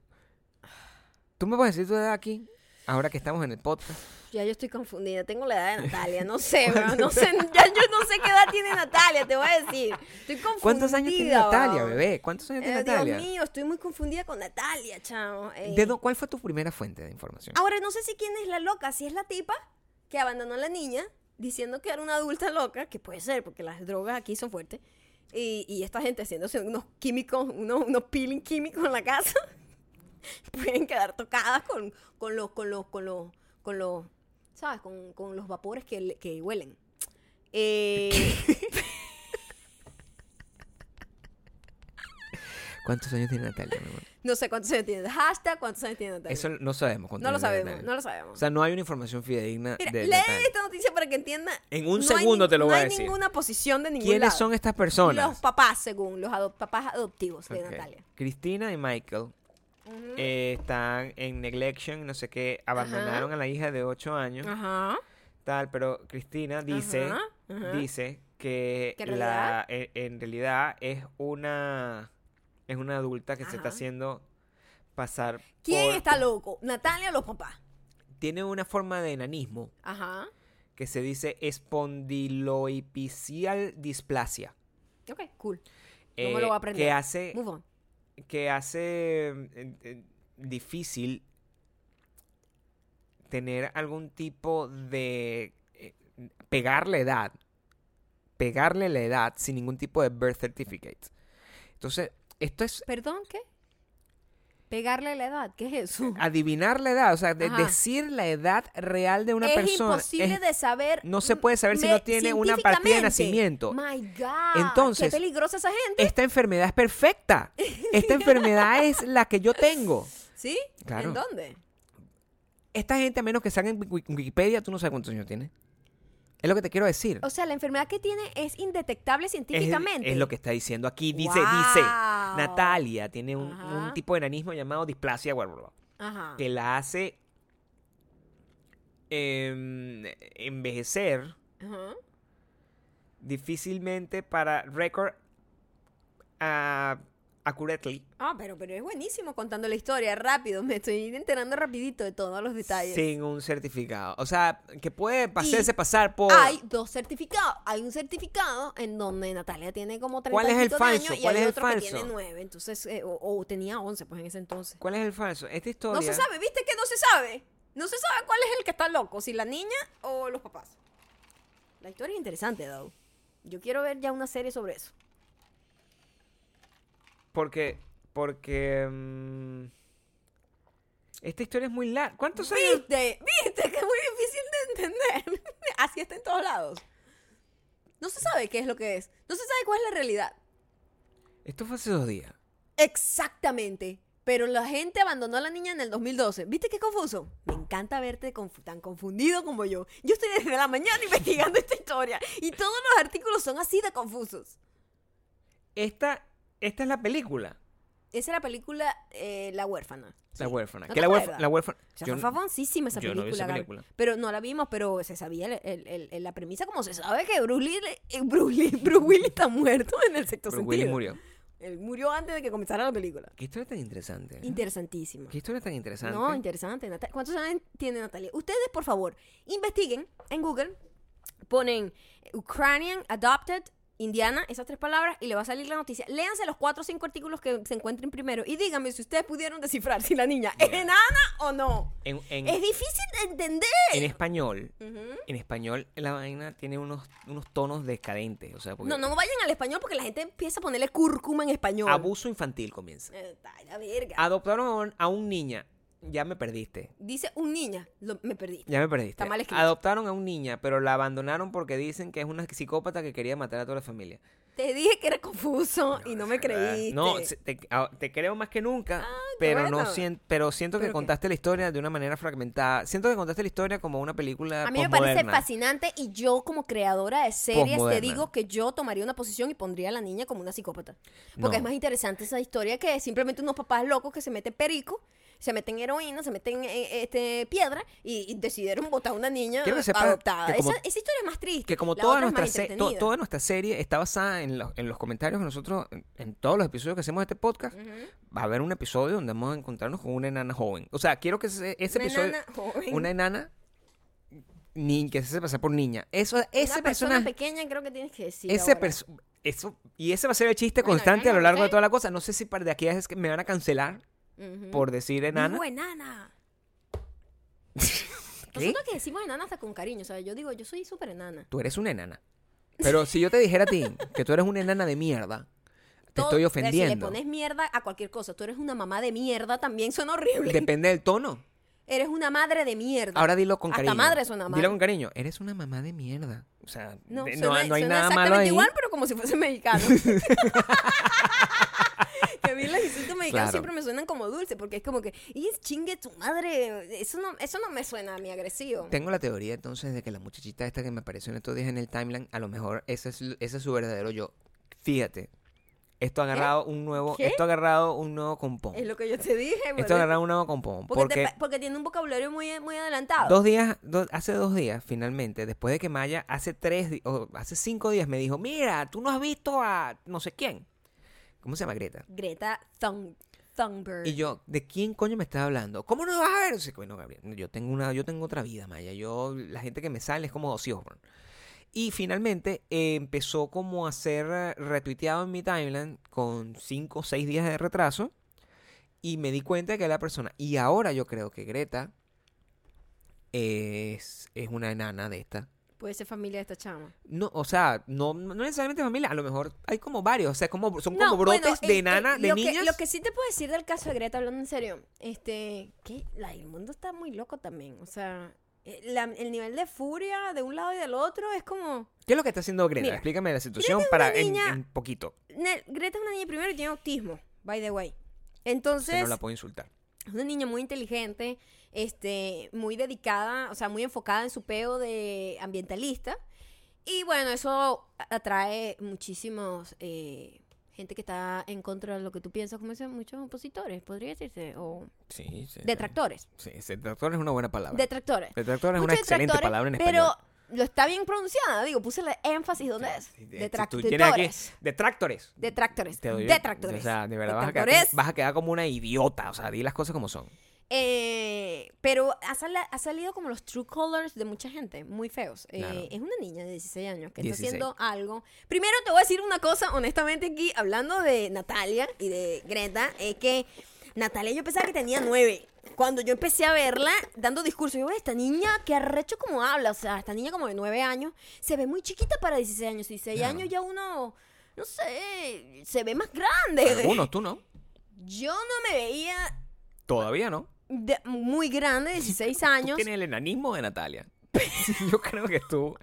S2: ¿Tú me puedes decir tu edad aquí? Ahora que estamos en el podcast.
S1: Ya yo estoy confundida, tengo la edad de Natalia, no sé, bro, no sé, ya yo no sé qué edad tiene Natalia, te voy a
S2: <laughs>
S1: decir. Estoy confundida.
S2: ¿Cuántos años tiene Natalia,
S1: bro.
S2: bebé? ¿Cuántos años tiene
S1: Eh,
S2: Natalia?
S1: Dios mío, estoy muy confundida con Natalia, chao. eh.
S2: ¿De dó- ¿Cuál fue tu primera fuente de información?
S1: Ahora no sé si quién es la loca, si es la tipa que abandonó a la niña diciendo que era una adulta loca, que puede ser, porque las drogas aquí son fuertes. Y, y esta gente haciéndose unos químicos, unos, unos peeling químicos en la casa, <laughs> pueden quedar tocadas con, con los, con los, con los, con los, ¿sabes? Con, con los vapores que, le- que huelen.
S2: <laughs>
S1: Eh,
S2: ¿Cuántos años tiene Natalia? mi amor?
S1: no sé cuántos años tiene hashtag, cuántos años tiene Natalia.
S2: Eso no sabemos. cuántos
S1: no lo
S2: años tiene
S1: sabemos,
S2: Natalia.
S1: no lo sabemos.
S2: O sea, no hay una información fidedigna
S1: Mira,
S2: de
S1: lee
S2: Natalia.
S1: esta noticia para que entienda.
S2: En un
S1: No hay
S2: segundo
S1: nin-
S2: te lo voy a
S1: No
S2: decir.
S1: hay ninguna posición de ningún
S2: ¿Quiénes
S1: lado.
S2: son estas personas?
S1: Los papás, según los ado- papás adoptivos de
S2: Ok.
S1: Natalia.
S2: Cristina y Michael
S1: Ujú.
S2: eh, están en neglection, no sé qué, abandonaron a la hija de 8 años.
S1: Ajá.
S2: tal, pero Cristina dice,
S1: Ah. Ajá, ajá.
S2: dice que
S1: ¿Que en
S2: la, e- en realidad es una es una adulta que se
S1: Ajá.
S2: está haciendo pasar
S1: ¿Quién
S2: por-
S1: está loco? ¿Natalia o los papás?
S2: tiene una forma de enanismo
S1: Ajá.
S2: que se dice espondiloipicial displasia. eh,
S1: Ok, cool. No me lo voy a aprender.
S2: Que hace
S1: Move on.
S2: que hace eh, eh, difícil tener algún tipo de eh, pegar la edad pegarle la edad sin ningún tipo de birth certificate. Entonces, esto es
S1: ¿Perdón qué? Pegarle la edad, ¿qué es
S2: <laughs>
S1: eso?
S2: adivinar la edad, o sea, de-
S1: Ajá.
S2: decir la edad real de una
S1: es
S2: persona.
S1: imposible
S2: es-
S1: de saber.
S2: no se puede saber si
S1: me-
S2: no tiene una partida de
S1: científicamente.
S2: nacimiento.
S1: My God.
S2: Entonces-
S1: Qué peligrosa esa gente.
S2: Esta enfermedad es perfecta.
S1: <laughs>
S2: Esta enfermedad es la que yo tengo.
S1: ¿Sí?
S2: Claro.
S1: ¿En dónde?
S2: Esta gente, a menos que salga en Wiki- Wikipedia, tú no sabes cuántos años tiene. Es lo que te quiero decir.
S1: O sea, la enfermedad que tiene es indetectable
S2: Es-
S1: científicamente.
S2: Es, lo que está diciendo aquí. Dice,
S1: Wow.
S2: dice. Natalia tiene un,
S1: Ajá. Ah.
S2: un tipo de enanismo llamado displasia, bla, bla, bla,
S1: Ajá.
S2: que la hace em, envejecer
S1: Ajá.
S2: difícilmente para récord a accurately.
S1: Ah, pero, pero es buenísimo contando la historia rápido. Me estoy enterando rapidito de todos los detalles.
S2: Sin un certificado. O sea, que puede hacerse
S1: Y
S2: pasar por.
S1: Hay dos certificados. Hay un certificado en donde Natalia tiene como 30
S2: ¿Cuál es
S1: y
S2: el
S1: pico de años
S2: falso?
S1: y
S2: ¿Cuál
S1: hay
S2: es el
S1: otro que tiene
S2: falso?
S1: 9. Entonces, eh, o, o tenía 11 pues en ese entonces.
S2: ¿Cuál es el falso? Esta historia.
S1: No se sabe, ¿viste que no se sabe? No se sabe cuál es el que está loco, si la niña o los papás. La historia es interesante, Dow. Yo quiero ver ya una serie sobre eso.
S2: Porque. Porque. mm, esta historia es muy larga. ¿Cuántos años?
S1: ¿Viste? ¿Viste? Que es muy difícil de entender. <laughs> Así está en todos lados. No se sabe qué es lo que es. No se sabe cuál es la realidad.
S2: Esto fue hace dos días.
S1: Exactamente. Pero la gente abandonó a la niña en el 2012. ¿Viste qué confuso? Me encanta verte confu- tan confundido como yo. Yo estoy desde la mañana <laughs> investigando esta historia y todos los artículos son así de confusos.
S2: Esta, esta es la película.
S1: Esa es la película eh, La huérfana.
S2: La huérfana.
S1: ¿No
S2: que
S1: te
S2: la, huérf-
S1: acuerdas?
S2: la huérfana.
S1: O sea,
S2: yo
S1: fue
S2: no-
S1: famosísima esa
S2: yo no
S1: película,
S2: vi esa
S1: Gaby.
S2: película.
S1: Pero no la vimos, pero se sabía el- el- el- el- la premisa como se sabe que Bruce Lee, eh, Bruce, Lee- <laughs> Bruce Willis está muerto en el sexto
S2: pero
S1: sentido.
S2: Willy murió.
S1: Él murió antes de que comenzara la película.
S2: Qué historia tan interesante. eh?
S1: Interesantísima.
S2: Qué historia tan interesante.
S1: No, interesante. Nata- ¿Cuántos años tiene Natalia? Ustedes, por favor, investiguen en Google, ponen Ukrainian Adopted Indiana, esas tres palabras, y le va a salir la noticia. Léanse los cuatro o cinco artículos que se encuentren primero y díganme si ustedes pudieron descifrar si la niña es
S2: Yeah.
S1: enana o no.
S2: en, en-
S1: Es difícil de entender.
S2: en español,
S1: Ujú.
S2: en español la vaina tiene unos, unos tonos decadentes. O sea, porque
S1: No, no vayan al español porque la gente empieza a ponerle cúrcuma en español.
S2: abuso infantil comienza.
S1: Eh, está la verga.
S2: Adoptaron a un, a un niña. Ya me perdiste.
S1: Dice un niña, lo- me perdí.
S2: Ya me perdiste.
S1: Está mal escrito.
S2: Adoptaron a un niña, pero la abandonaron porque dicen que es una psicópata que quería matar a toda la familia.
S1: Te dije que era confuso y no me creíste. Ah,
S2: No, se- te, a- te creo más que nunca,
S1: qué
S2: pero no
S1: bueno.
S2: sien- pero siento que
S1: ¿Pero qué?
S2: contaste la historia de una manera fragmentada. Siento que contaste la historia como una película
S1: A mí me parece
S2: posmoderna.
S1: fascinante y yo como creadora
S2: Pues
S1: de series te
S2: Posmoderna.
S1: digo que yo tomaría una posición y pondría a la niña como una psicópata. Porque
S2: No.
S1: es más interesante esa historia que simplemente unos papás locos que se meten perico, se meten heroína, se meten eh, este, piedra y, y decidieron botar a una niña
S2: Quiero que sepas
S1: adoptada.
S2: que como-
S1: esa, esa historia es más triste.
S2: Que como
S1: la
S2: toda
S1: otra es más
S2: nuestra, se- to-
S1: entretenida.
S2: toda nuestra serie está basada en, los- en los comentarios que nosotros, en, en todos los episodios que hacemos de este podcast, va a haber un episodio donde vamos a encontrarnos con una enana joven. O sea, quiero que ese, ese
S1: Una
S2: episodio...
S1: enana joven.
S2: Una enana ni, que se hace pasar por niña. Eso, ese
S1: una persona,
S2: personaje...
S1: pequeña creo que tienes que decir
S2: Ese
S1: ahora.
S2: perso- eso y ese va a ser el chiste
S1: Bueno,
S2: constante a lo
S1: enana,
S2: largo de
S1: ok.
S2: toda la cosa. No sé si para de aquí a es que me van a cancelar
S1: Ujú.
S2: por decir enana.
S1: Digo enana.
S2: <laughs> ¿Qué?
S1: Nosotros que decimos enana hasta con cariño, ¿sabes? Yo digo, yo soy súper enana.
S2: Tú eres una enana. Pero si yo te dijera
S1: <laughs>
S2: a ti que tú eres una enana de mierda, te
S1: todo-
S2: estoy
S1: Si le
S2: ofendiendo.
S1: pones mierda a cualquier cosa, tú eres una mamá de mierda, también suena horrible.
S2: Depende del tono.
S1: Eres una madre de mierda.
S2: Ahora dilo con
S1: Hasta
S2: cariño.
S1: madre suena mal.
S2: Dilo con cariño. Eres una mamá de mierda. O sea, de-
S1: no,
S2: no,
S1: suena-
S2: no hay
S1: suena
S2: nada malo
S1: exactamente
S2: ahí.
S1: igual, pero como si fuese
S2: <laughs>
S1: mexicano. que a mí los insultos mexicanos
S2: Claro.
S1: siempre me suenan como dulce, porque es como que, y es chingue tu madre. Eso no, eso no me suena a mí agresivo.
S2: Tengo la teoría entonces de que la muchachita esta que me apareció en estos días en el timeline, a lo mejor ese es, ese es su verdadero yo. Fíjate, esto ha agarrado un nuevo,
S1: ¿Qué?
S2: esto ha agarrado un nuevo compón.
S1: Es lo que yo te dije,
S2: Esto ha
S1: bueno,
S2: agarrado un nuevo compón.
S1: porque, te
S2: Porque,
S1: pa- porque tiene un vocabulario muy, muy adelantado.
S2: dos días, do- hace dos días, finalmente, después de que Maya hace tres di- o hace cinco días me dijo, mira, tú no has visto a no sé quién. ¿Cómo se llama Greta?
S1: Greta Thun- Thunberg.
S2: Y yo, ¿de quién coño me estás hablando? ¿Cómo no vas a ver? Dice, bueno, Gabriel, yo tengo una, yo tengo otra vida, Maya. Yo, la gente que me sale es como Ozzy Osbourne. Y finalmente eh, empezó como a ser eh, retuiteado en mi timeline con 5 o 6 días de retraso. Y me di cuenta de que era la persona. Y ahora yo creo que Greta es, es una enana de esta.
S1: Puede ser familia de esta chama.
S2: No, o sea, no, no necesariamente familia, a lo mejor hay como varios, o sea, es como, son
S1: No,
S2: como brotes
S1: bueno,
S2: de
S1: eh,
S2: nana,
S1: eh,
S2: de
S1: lo que-
S2: niñas.
S1: lo que sí te puedo decir del caso de Greta, hablando en serio, este, que la- el mundo está muy loco también. O sea, eh, la- el nivel de furia de un lado y del otro es como.
S2: ¿Qué es lo que está haciendo Greta?
S1: Mira,
S2: Explícame la situación para en,
S1: niña-
S2: en poquito.
S1: Ne- Greta es una niña primero y tiene autismo, by the way.
S2: Se
S1: Entonces,
S2: no la puedo insultar.
S1: es una niña muy inteligente, este, muy dedicada, o sea, muy enfocada en su peo de ambientalista. Y bueno, eso a- atrae muchísimos eh, gente que está en contra de lo que tú piensas, como dicen muchos opositores, podría decirse, o
S2: Sí, sí.
S1: detractores.
S2: Sí, detractor es una buena palabra.
S1: Detractores.
S2: detractor es una
S1: Muchos
S2: excelente
S1: detractores,
S2: palabra en español.
S1: pero lo está bien pronunciada, digo, puse la énfasis donde es.
S2: Sí, de- si tú tienes aquí-
S1: Detractores.
S2: Detractores.
S1: Detractores.
S2: Te doy-
S1: Detractores.
S2: O sea, de verdad vas a, quedar,
S1: Detractores.
S2: como- vas a quedar como una idiota. O sea, di las cosas como son.
S1: Eh, pero ha, sala- ha salido como los true colors de mucha gente, muy feos. Eh,
S2: Claro.
S1: Es una niña de 16 años que
S2: 16.
S1: está haciendo algo. Primero te voy a decir una cosa, honestamente, aquí hablando de Natalia y de Greta, es que Natalia yo pensaba que tenía 9. Cuando yo empecé a verla dando discursos, yo, esta niña que arrecho como habla, o sea, esta niña como de 9 años, se ve muy chiquita para 16 años. 16
S2: Claro.
S1: años ya uno, no sé, se ve más grande.
S2: Algunos, tú no.
S1: Yo no me veía
S2: Todavía no.
S1: de- muy grande, 16
S2: Tú
S1: años.
S2: tienes el enanismo de Natalia. <laughs> Yo creo que tú.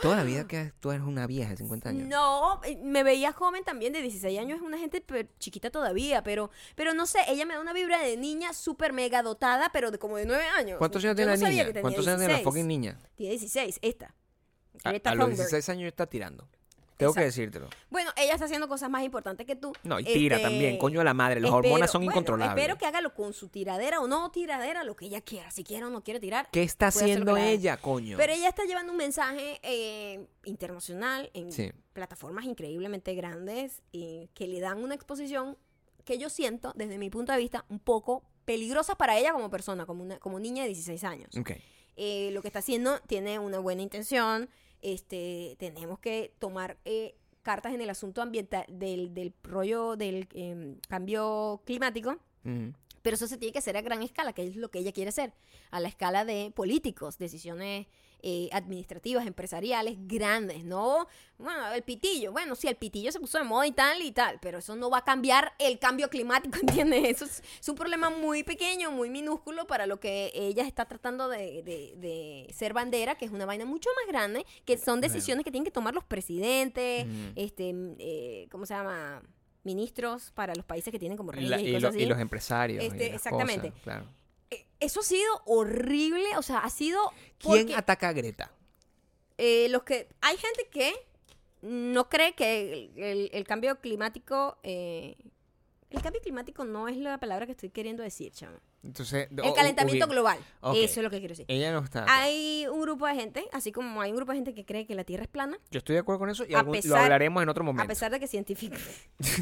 S2: Toda la vida que tú eres una vieja de 50 años.
S1: No, eh, me veía joven también, de 16 años, es una gente pe- chiquita todavía, pero, pero no sé, ella me da una vibra de niña súper mega dotada, pero de como de 9 años.
S2: ¿Cuántos
S1: Yo
S2: años tiene
S1: no
S2: la
S1: sabía
S2: niña?
S1: que tenía
S2: ¿Cuántos años tiene la
S1: 16.
S2: fucking niña?
S1: Tiene 16, esta.
S2: A,
S1: Greta
S2: a los
S1: Thunberg.
S2: 16 años está tirando. Tengo que
S1: Exacto.
S2: decírtelo.
S1: Bueno, ella está haciendo cosas más importantes que tú.
S2: No, y tira
S1: Este,
S2: también, coño de la madre. Las hormonas son
S1: bueno,
S2: incontrolables.
S1: Espero que haga lo- con su tiradera o no tiradera, lo que ella quiera, si quiere o no quiere tirar.
S2: ¿Qué está
S1: puede hacer lo
S2: haciendo
S1: que le da.
S2: ella, coño?
S1: Pero ella está llevando un mensaje eh, internacional en
S2: Sí.
S1: plataformas increíblemente grandes y que le dan una exposición que yo siento, desde mi punto de vista, un poco peligrosa para ella como persona, como, una, como niña de 16 años.
S2: Ok.
S1: Eh, lo que está haciendo tiene una buena intención. Este, tenemos que tomar eh, cartas en el asunto ambiental del, del rollo del em, cambio climático.
S2: Ujú.
S1: Pero eso se tiene que hacer a gran escala, que es lo que ella quiere hacer, a la escala de políticos, decisiones eh, administrativas, empresariales, grandes, ¿no? Bueno, el pitillo, bueno, sí, el pitillo se puso de moda y tal y tal, pero eso no va a cambiar el cambio climático, <laughs> ¿entiendes? Eso es, es un problema muy pequeño, muy minúsculo para lo que ella está tratando de, de- de ser bandera, que es una vaina mucho más grande, que son decisiones que tienen que tomar los presidentes,
S2: Ujú.
S1: este, eh, ¿cómo se llama? Ministros para los países que tienen como
S2: Y, la-
S1: reyes y,
S2: y
S1: cosas
S2: lo-
S1: así.
S2: y los empresarios. y
S1: Este,
S2: las
S1: exactamente.
S2: cosas, claro.
S1: Eh, Eso ha sido horrible, o sea, ha sido
S2: ¿Quién
S1: porque
S2: ataca a Greta?
S1: eh, los que hay gente que no cree que el, el- el cambio climático eh, el cambio climático no es la palabra que estoy queriendo decir, chama.
S2: Entonces, o-
S1: El
S2: o-
S1: calentamiento
S2: hubi-
S1: global.
S2: Ok. Ah,
S1: Eso es lo que quiero decir.
S2: Ella no está.
S1: Hay un grupo de gente, así como hay un grupo de gente que cree que la Tierra es plana,
S2: Yo estoy de acuerdo con eso y
S1: A
S2: algún- lo
S1: pesar-
S2: hablaremos en otro
S1: a
S2: momento.
S1: pesar de que
S2: <laughs>
S1: científicos.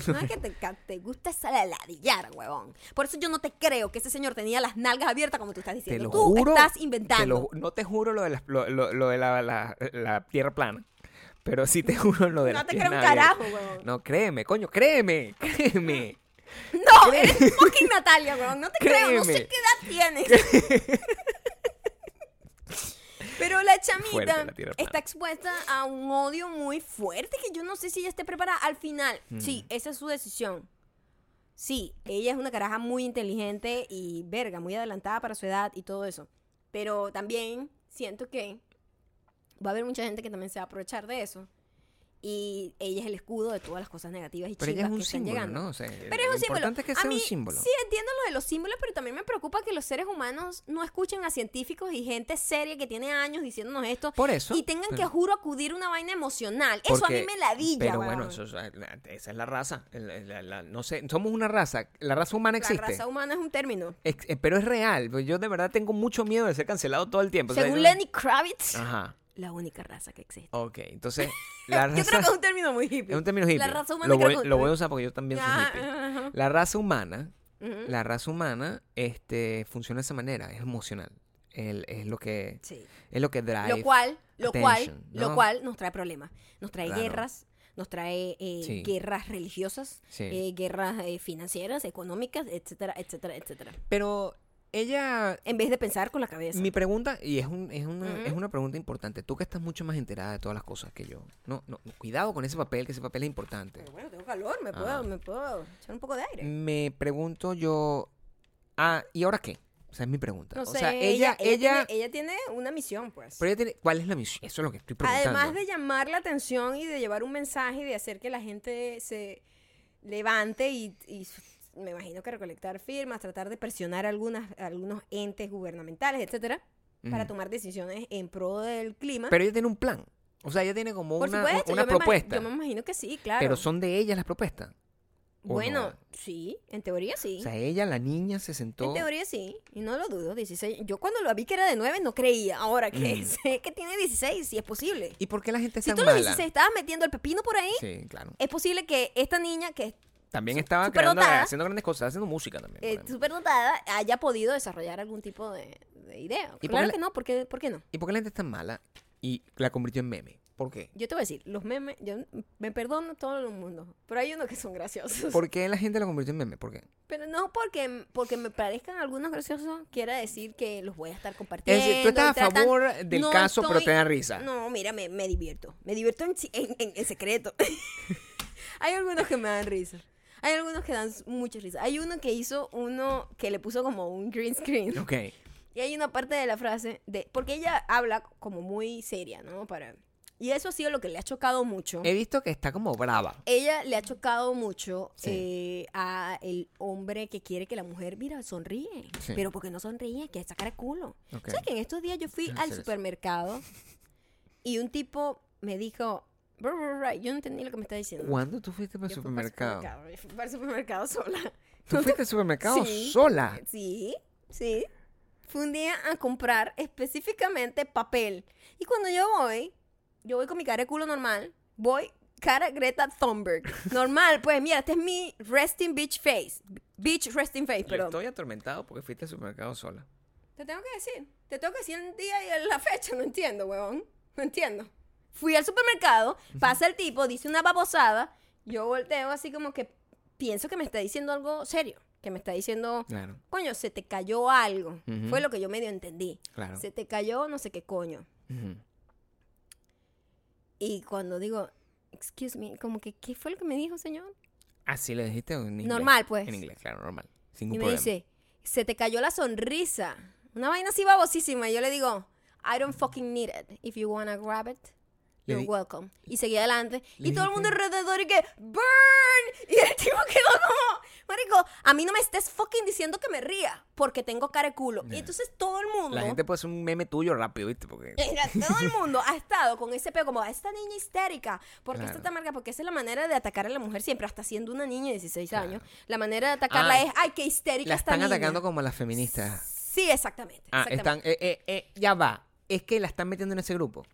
S1: no es que te, ca- te gusta esa ladillar, huevón. Por eso yo no te creo que ese señor tenía las nalgas abiertas como tú estás
S2: Te
S1: diciendo.
S2: lo
S1: tú
S2: juro.
S1: estás
S2: te lo
S1: inventando.
S2: ju- no te juro lo de, las- lo, lo- lo de la, la- la tierra plana. Pero sí te juro lo de
S1: No
S2: las
S1: te creo un
S2: piernas abiertas.
S1: carajo, huevón.
S2: No, créeme, coño, créeme,
S1: <laughs>
S2: créeme. <laughs>
S1: No, eres fucking Natalia, weón. No te creo, no
S2: Créeme.
S1: sé qué edad tienes. <laughs> Pero la chamita
S2: Fuerte la tierra plana.
S1: está expuesta a un odio muy fuerte que yo no sé si ella esté preparada. Al final,
S2: Mm.
S1: sí, esa es su decisión. Sí, ella es una caraja muy inteligente y verga, muy adelantada para su edad y todo eso. Pero también siento que va a haber mucha gente que también se va a aprovechar de eso. Y ella es el escudo de todas las cosas negativas y
S2: Pero ella
S1: chivas
S2: es
S1: que
S2: un
S1: están
S2: símbolo,
S1: llegando.
S2: ¿no? O sea,
S1: Pero es
S2: lo
S1: un símbolo.
S2: importante es que
S1: a
S2: sea
S1: mí,
S2: un símbolo.
S1: Sí, entiendo lo de los símbolos, pero también me preocupa que los seres humanos no escuchen a científicos y gente seria que tiene años diciéndonos esto
S2: Por eso.
S1: y tengan que,
S2: pero-
S1: juro, acudir a una vaina emocional. eso a mí
S2: porque-
S1: me ladilla,
S2: Pero
S1: weón.
S2: bueno, eso es- la- esa es la raza. la- la- la- no sé, somos una raza. La raza
S1: La
S2: humana existe.
S1: raza humana es un término.
S2: Ex- eh, pero es real. pues Yo de verdad tengo mucho miedo de ser cancelado todo el tiempo. o sea,
S1: Según
S2: yo-
S1: Lenny Kravitz,
S2: Ajá.
S1: la única raza que existe.
S2: Ok,
S1: <laughs>
S2: entonces la raza
S1: Yo creo que es un término muy hippie.
S2: <laughs> es un término hippie.
S1: La raza humana
S2: lo
S1: creo
S2: voy,
S1: que-
S2: lo voy a usar porque yo también soy
S1: Ah, ¿Mm?
S2: hippie.
S1: ajá, ajá.
S2: La raza humana,
S1: Ujú.
S2: la raza humana este funciona de esa manera, es emocional. El- es lo que
S1: Sí.
S2: es lo que drive.
S1: lo cual lo cual
S2: attention,
S1: lo
S2: ¿no?
S1: cual nos trae problemas nos trae
S2: Claro.
S1: guerras nos trae eh,
S2: Sí.
S1: guerras religiosas
S2: Sí.
S1: eh, guerras eh, financieras económicas etcétera etcétera etcétera
S2: Pero ella
S1: En vez de pensar con la cabeza.
S2: Mi pregunta, y es, un- es una,
S1: Ujú.
S2: es una pregunta importante, tú que estás mucho más enterada de todas las cosas que yo. No, no, cuidado con ese papel, que ese papel es importante.
S1: Pero bueno, tengo calor,
S2: Ah.
S1: me puedo, me puedo echar un poco de aire.
S2: Me pregunto yo, ah, ¿y ahora qué? O sea, es mi pregunta.
S1: No
S2: o
S1: sé,
S2: sea, ella, ella,
S1: tiene, ella tiene una misión, pues.
S2: pero ella tiene, ¿cuál es la misión? Eso es lo que estoy preguntando.
S1: Además de llamar la atención y de llevar un mensaje y de hacer que la gente se levante y, y me imagino que recolectar firmas, tratar de presionar algunas, algunos entes gubernamentales, etcétera, para
S2: Ujú.
S1: tomar decisiones en pro del clima.
S2: Pero ella tiene un plan. O sea, ella tiene como
S1: Por
S2: una,
S1: supuesto,
S2: una
S1: yo me ima-
S2: propuesta.
S1: yo me imagino que sí, claro.
S2: Pero son de ellas las propuestas. ¿o
S1: bueno,
S2: no?
S1: sí, en teoría sí.
S2: O sea, ella, la niña, se sentó.
S1: En teoría sí, y no lo dudo, 16. Yo cuando lo vi que era de 9 no creía, ahora que
S2: Mm.
S1: sé que tiene 16, si es posible.
S2: ¿Y por qué la gente es
S1: Si
S2: tan
S1: tú a los
S2: mala?
S1: 16 estabas metiendo el pepino por ahí,
S2: Sí, claro.
S1: es posible que esta niña, que es
S2: También estaba
S1: superdotada.
S2: creando, haciendo grandes cosas, haciendo música también. por
S1: eh,
S2: ejemplo.
S1: súper dotada, haya podido desarrollar algún tipo de, de idea.
S2: ¿Y por
S1: claro
S2: qué
S1: que no, ¿por qué, ¿por qué no?
S2: ¿Y por qué la gente es tan mala y la convirtió en meme? ¿Por qué?
S1: Yo te voy a decir, los memes, yo me perdono todo el mundo, pero hay unos que son graciosos.
S2: ¿Por qué la gente la convirtió en meme? ¿Por qué?
S1: Pero no porque, porque me parezcan algunos graciosos, quiera decir que los voy a estar
S2: Es
S1: compartiendo.
S2: decir,
S1: y
S2: tú estás a
S1: tratan-
S2: favor del
S1: No
S2: caso, pero
S1: estoy-
S2: te da risa.
S1: No, mira, me, me divierto. Me divierto en, si- en, en- en secreto. <laughs> Hay algunos que me dan risa. Hay algunos que dan s- mucha risa. Hay uno que hizo uno que le puso como un green screen.
S2: Ok.
S1: Y hay una parte de la frase de. Porque ella habla como muy seria, ¿no? Para. Y eso ha sido lo que le ha chocado mucho.
S2: <laughs> He visto que está como brava.
S1: Ella le ha chocado mucho
S2: Sí.
S1: eh, a el hombre que quiere que la mujer, mira, sonríe.
S2: Sí.
S1: Pero porque no sonríe, que sacar el culo.
S2: Ok.
S1: ¿Sabes que en estos días yo fui
S2: Déjame
S1: al
S2: hacer eso.
S1: supermercado y un tipo me dijo, "Bru, bru, bru", yo no entendí lo que me está diciendo.
S2: ¿Cuándo tú fuiste para el
S1: Yo fui para el
S2: supermercado?
S1: supermercado, yo fui para el supermercado sola.
S2: ¿Tú fuiste al
S1: <laughs>
S2: supermercado
S1: Sí.
S2: sola?
S1: Sí, sí. Fui un día a comprar específicamente papel. Y cuando yo voy, yo voy con mi cara de culo normal, voy cara Greta
S2: <laughs>
S1: Thunberg. Normal, pues mira, este es mi resting bitch face. Bitch resting face,
S2: Yo
S1: perdón.
S2: Estoy atormentado porque fuiste al supermercado sola.
S1: Te tengo que decir. Te tengo que decir el día y la fecha. No entiendo, huevón. No entiendo. Fui al supermercado, pasa el tipo, dice una babosada. Yo volteo así como que pienso que me está diciendo algo serio. Que me está diciendo,
S2: Claro,
S1: coño, se te cayó algo.
S2: Ujú.
S1: Fue lo que yo medio entendí.
S2: claro.
S1: Se te cayó no sé qué coño.
S2: Ujú.
S1: Y cuando digo, excuse me, como que, ¿qué fue lo que me dijo, señor?
S2: Así Ah, le dijiste en inglés.
S1: Normal, pues.
S2: En inglés, claro, normal. Sin
S1: Y
S2: ningún
S1: me
S2: problema.
S1: dice, se te cayó la sonrisa. Una vaina así babosísima. Y yo le digo, I don't fucking need it. If you wanna grab it,
S2: Le
S1: you're
S2: di-
S1: welcome. Y seguí adelante.
S2: Le
S1: Y todo el
S2: dijiste-
S1: mundo alrededor y que, burn. Y el tipo quedó como, marico, a mí no me estés fucking diciendo que me ría porque tengo cara de culo. Y entonces todo el mundo...
S2: La gente puede hacer un meme tuyo rápido,
S1: <laughs>
S2: ¿viste? Porque...
S1: Mira, todo el mundo ha estado con ese peo como "Ah, esta niña histérica, porque
S2: Claro.
S1: está tan marca, porque esa es la manera de atacar a la mujer siempre, hasta siendo una niña de 16
S2: Claro.
S1: años. La manera de atacarla
S2: Ah,
S1: es, ay, qué histérica
S2: La
S1: esta
S2: están
S1: niña".
S2: atacando como a las feministas.
S1: Sí, exactamente.
S2: Ah,
S1: exactamente.
S2: están... eh, eh, eh, ya va. Es que la están metiendo en ese grupo.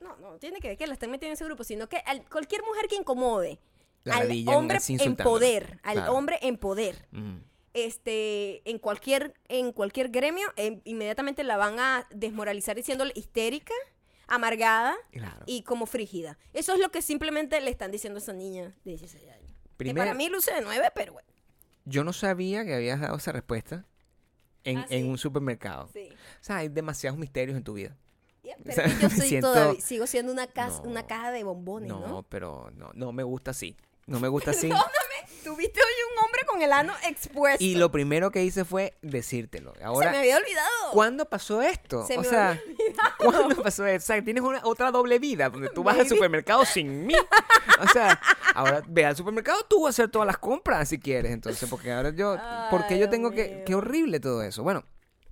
S1: No, no tiene que ver que la están metiendo en ese grupo, sino que al- cualquier mujer que incomode
S2: La
S1: al
S2: ladillan
S1: hombre
S2: así
S1: en
S2: insultándola.
S1: poder, al
S2: Claro.
S1: hombre en poder,
S2: Mm.
S1: este, en cualquier, en cualquier gremio, em, inmediatamente la van a desmoralizar diciéndole histérica, amargada.
S2: Claro.
S1: y como frígida. Eso es lo que simplemente le están diciendo a esa niña de 16 años.
S2: Primero-
S1: Que para mí luce de 9, pero bueno.
S2: Yo no sabía que habías dado esa respuesta en,
S1: Ah,
S2: en
S1: sí.
S2: un supermercado.
S1: Sí.
S2: O sea, hay demasiados misterios en tu vida.
S1: Ya,
S2: O
S1: Pero
S2: sea,
S1: yo
S2: me
S1: soy
S2: siento-
S1: todavía, sigo siendo una, cas-
S2: No.
S1: una caja de bombones,
S2: No,
S1: ¿no? <laughs>
S2: pero no, no me gusta así. No me gusta así.
S1: Perdóname, tuviste hoy un hombre con el ano expuesto.
S2: y lo primero que hice fue decírtelo.
S1: Se me
S2: Ahora,
S1: había olvidado.
S2: ¿cuándo pasó esto?
S1: Se
S2: o
S1: me
S2: sea, ¿cuándo pasó esto? O sea, tienes una, otra doble vida donde tú vas al
S1: Baby.
S2: supermercado sin mí. O sea, ahora ve al supermercado tú vas a hacer todas las compras si quieres. Entonces, porque ahora yo,
S1: Ay,
S2: porque yo
S1: Dios
S2: tengo que,
S1: mío.
S2: qué horrible todo eso. Bueno,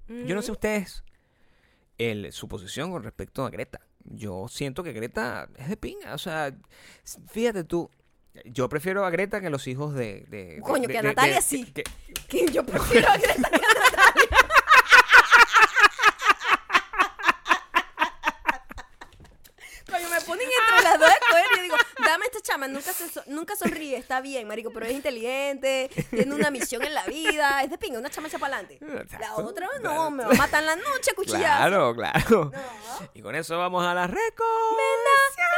S2: Yo no
S1: Ujú.
S2: sé ustedes el, su posición con respecto a Greta. Yo siento que Greta es de pinga. O sea, s- fíjate tú. Yo prefiero a Greta que los hijos de. de-
S1: Coño,
S2: de-
S1: que a
S2: de- de-
S1: Natalia
S2: que-
S1: sí.
S2: que-
S1: Que yo prefiero a Greta que a Natalia. Coño, me ponen entre las dos escuelas y yo digo, dame esta chama, nunca, se so- nunca sonríe, está bien, marico, pero es inteligente, tiene una misión en la vida, es de pinga, una chama echa para adelante.
S2: Mm,
S1: La
S2: Exacto.
S1: otra no, me va a matar en la noche, <laughs> cuchillazo.
S2: Claro, claro. Y con eso vamos a las recomendaciones.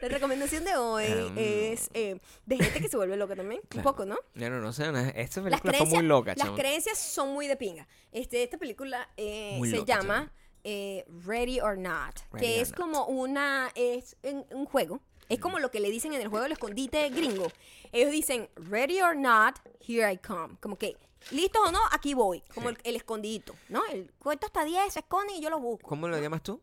S1: Las recomendación de hoy
S2: Um,
S1: es eh, de gente que se vuelve loca también. Un
S2: Claro.
S1: poco, ¿no?
S2: No, no, no sé. no, Esta
S1: Las
S2: película fue
S1: creencias,
S2: muy loca,
S1: las
S2: chamo.
S1: creencias son muy de pinga. Este, esta película eh,
S2: Muy
S1: se
S2: loca,
S1: llama eh, Ready or Not,
S2: Ready
S1: que
S2: or
S1: es
S2: Not.
S1: como una es en- un juego. Es como lo que le dicen en el juego del escondite gringo. Ellos dicen Ready or Not, here I come. Como que listos o no, aquí voy. Como
S2: Sí.
S1: el, el escondidito, ¿no? El cuento hasta 10, se esconden y yo lo busco.
S2: ¿Cómo lo llamas tú?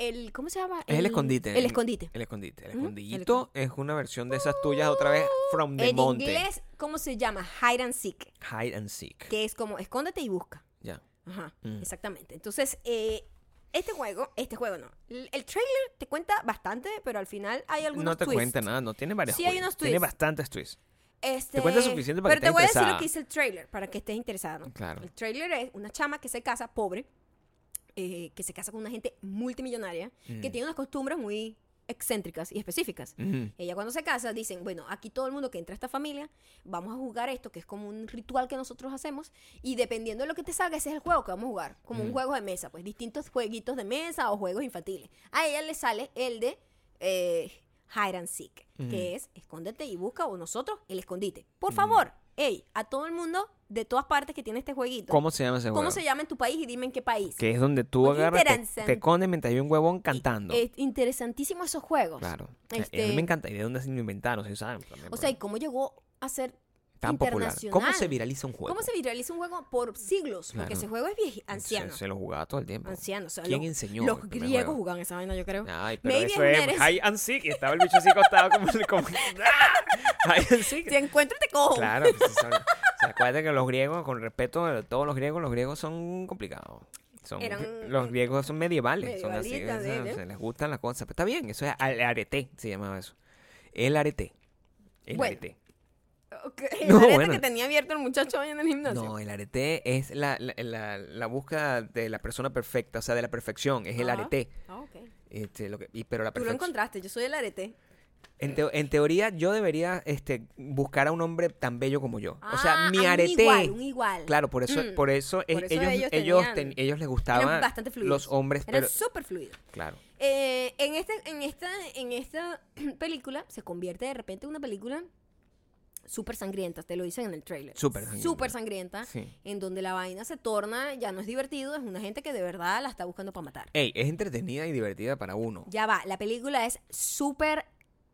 S1: El, ¿Cómo se llama?
S2: Es el, escondite.
S1: El escondite.
S2: El escondite. El
S1: Ujú, el Uh,
S2: escondillito es una versión de esas tuyas otra vez from the
S1: en
S2: monte.
S1: inglés, ¿cómo se llama? Hide and seek,
S2: Hide and seek.
S1: que es como escóndete y busca.
S2: Ya.
S1: Ajá,
S2: Mm.
S1: exactamente. Entonces, eh, este juego, este juego no. El, el trailer te cuenta bastante, pero al final hay algunos
S2: No te
S1: twists.
S2: cuenta nada, no tiene varios
S1: Sí, hay unos
S2: Tiene
S1: twists.
S2: bastantes twists.
S1: Este,
S2: cuenta suficiente para
S1: Pero te
S2: que estés
S1: voy a decir lo
S2: interesada.
S1: que dice el trailer, para que estés interesada, ¿no?
S2: Claro.
S1: El trailer es una chama que se casa, pobre, eh, que se casa con una gente multimillonaria, que tiene unas costumbres muy excéntricas y específicas.
S2: Mm. Ujú.
S1: Ella cuando se casa dicen, bueno, aquí todo el mundo que entra a esta familia, vamos a jugar esto, que es como un ritual que nosotros hacemos, y dependiendo de lo que te salga, ese es el juego que vamos a jugar, como
S2: Mm.
S1: un juego de mesa, pues distintos jueguitos de mesa o juegos infantiles. A ella le sale el de eh, hide and seek, que es escóndete y busca, o nosotros, el escondite.
S2: Mm.
S1: Por favor, hey, a todo el mundo de todas partes que tiene este jueguito,
S2: ¿Cómo se llama ese
S1: ¿cómo
S2: juego?
S1: se llama en tu país y dime en qué país?
S2: Que es donde tú
S1: Oye,
S2: agarras, te,
S1: interesante.
S2: te escondes mientras hay un huevón cantando.
S1: Es interesantísimo esos juegos.
S2: claro.
S1: este-
S2: A mí me encanta. ¿Y de dónde se lo inventaron? Si saben, también,
S1: O sea, ¿y
S2: porque
S1: cómo llegó a ser
S2: tan popular. ¿Cómo
S1: internacional?
S2: se viraliza un juego?
S1: ¿Cómo se viraliza un juego por siglos?
S2: Claro.
S1: Porque ese juego es vieji- anciano.
S2: Se, se lo jugaba todo el tiempo.
S1: Anciano. O sea,
S2: ¿Quién
S1: los-
S2: enseñó
S1: Los
S2: el primer
S1: griegos
S2: juego?
S1: jugaban esa vaina, yo creo.
S2: Ay, pero
S1: Maybe
S2: eso es
S1: Hernández.
S2: high and sick. Y estaba el bicho así acostado como...
S1: <laughs>
S2: como ¡Ah! High and sick.
S1: Te encuentro y te cojo.
S2: Claro. pues, sí son- o sea, acuérdate que los griegos, con respeto a todos los griegos, los griegos son complicados. Son,
S1: Eran-
S2: los griegos son medievales. Son así.
S1: Medievalistas,
S2: o sea,
S1: ¿eh?
S2: se les gustan las cosas. Pero está bien. Eso es el arete, se llamaba eso. El arete. El
S1: Bueno,
S2: arete.
S1: <laughs>
S2: <laughs>
S1: Ok,
S2: No,
S1: la areta
S2: bueno.
S1: que tenía abierto el muchacho hoy en el gimnasio.
S2: No, el arete es la, la, la- la búsqueda de la persona perfecta, o sea, de la perfección, es el
S1: Ajá.
S2: arete.
S1: Ah, ok.
S2: Este, lo que, y- pero la
S1: Tú lo
S2: perfección.
S1: encontraste, yo soy el arete.
S2: En, teo- en teoría, yo debería este, buscar a un hombre tan bello como yo. o sea,
S1: Ah,
S2: mi
S1: ah,
S2: arete.
S1: Un igual, un igual.
S2: Claro, por eso,
S1: Mm.
S2: por eso, es-
S1: Por eso
S2: ellos,
S1: ellos
S2: ellos,
S1: tenían-
S2: ten- ellos les
S1: Eran
S2: gustaban
S1: bastante fluidos.
S2: los hombres,
S1: Eran
S2: pero
S1: súper fluidos.
S2: claro.
S1: Eh, en, este, en, esta, en esta <clears throat> película se convierte de repente en una película súper sangrienta, te lo dicen en el trailer.
S2: Súper sangrienta.
S1: Súper sangrienta,
S2: Sí.
S1: en donde la vaina se torna, ya no es divertido, es una gente que de verdad la está buscando para matar.
S2: Ey, es entretenida y divertida para uno.
S1: Ya va, la película es súper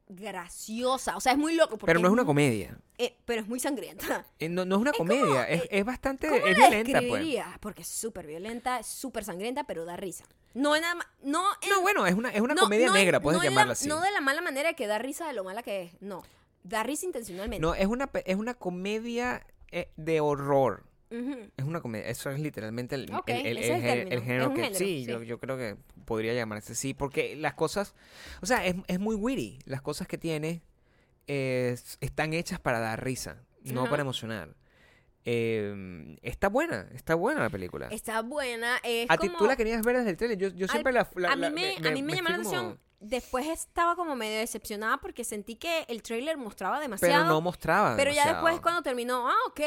S1: graciosa, o sea, es muy loco. porque
S2: Pero no es una
S1: muy-
S2: comedia.
S1: eh, pero es muy sangrienta.
S2: Eh, No, no es una comedia, es,
S1: eh,
S2: es
S1: <laughs>
S2: bastante
S1: ¿Cómo
S2: es
S1: la
S2: violenta, pues.
S1: describiría? Porque es súper violenta, es súper sangrienta, pero da risa. No es nada ma- No, en-
S2: No, bueno, es una, es una
S1: Eh, no-
S2: comedia
S1: no en-
S2: negra, puedes
S1: no en la-
S2: llamarla así.
S1: No de la mala manera de que da risa de lo mala que es. No. Da risa intencionalmente.
S2: No, es una, pe- es una comedia eh, de horror.
S1: Ujú.
S2: Es una comedia. Eso es literalmente el,
S1: Ok,
S2: el- el-
S1: ese es
S2: el
S1: el
S2: gé-
S1: término,
S2: el género
S1: es un
S2: que.
S1: género, sí.
S2: sí, Yo, yo creo que podría llamarse así. Porque las cosas. O sea, es, es muy witty. Las cosas que tiene es- están hechas para dar risa, no
S1: Ajá.
S2: para emocionar. Eh, está buena, está buena la película.
S1: Está buena. Es
S2: a ti
S1: como-
S2: tú la querías ver desde el tele. Yo, yo
S1: al-
S2: siempre la, la-
S1: a mí
S2: la-
S1: me, a mí me
S2: estoy
S1: llamó la
S2: como-
S1: atención. Después estaba como medio decepcionada porque sentí que el trailer mostraba demasiado.
S2: Pero no mostraba.
S1: pero ya
S2: demasiado.
S1: después cuando terminó, ah, ok.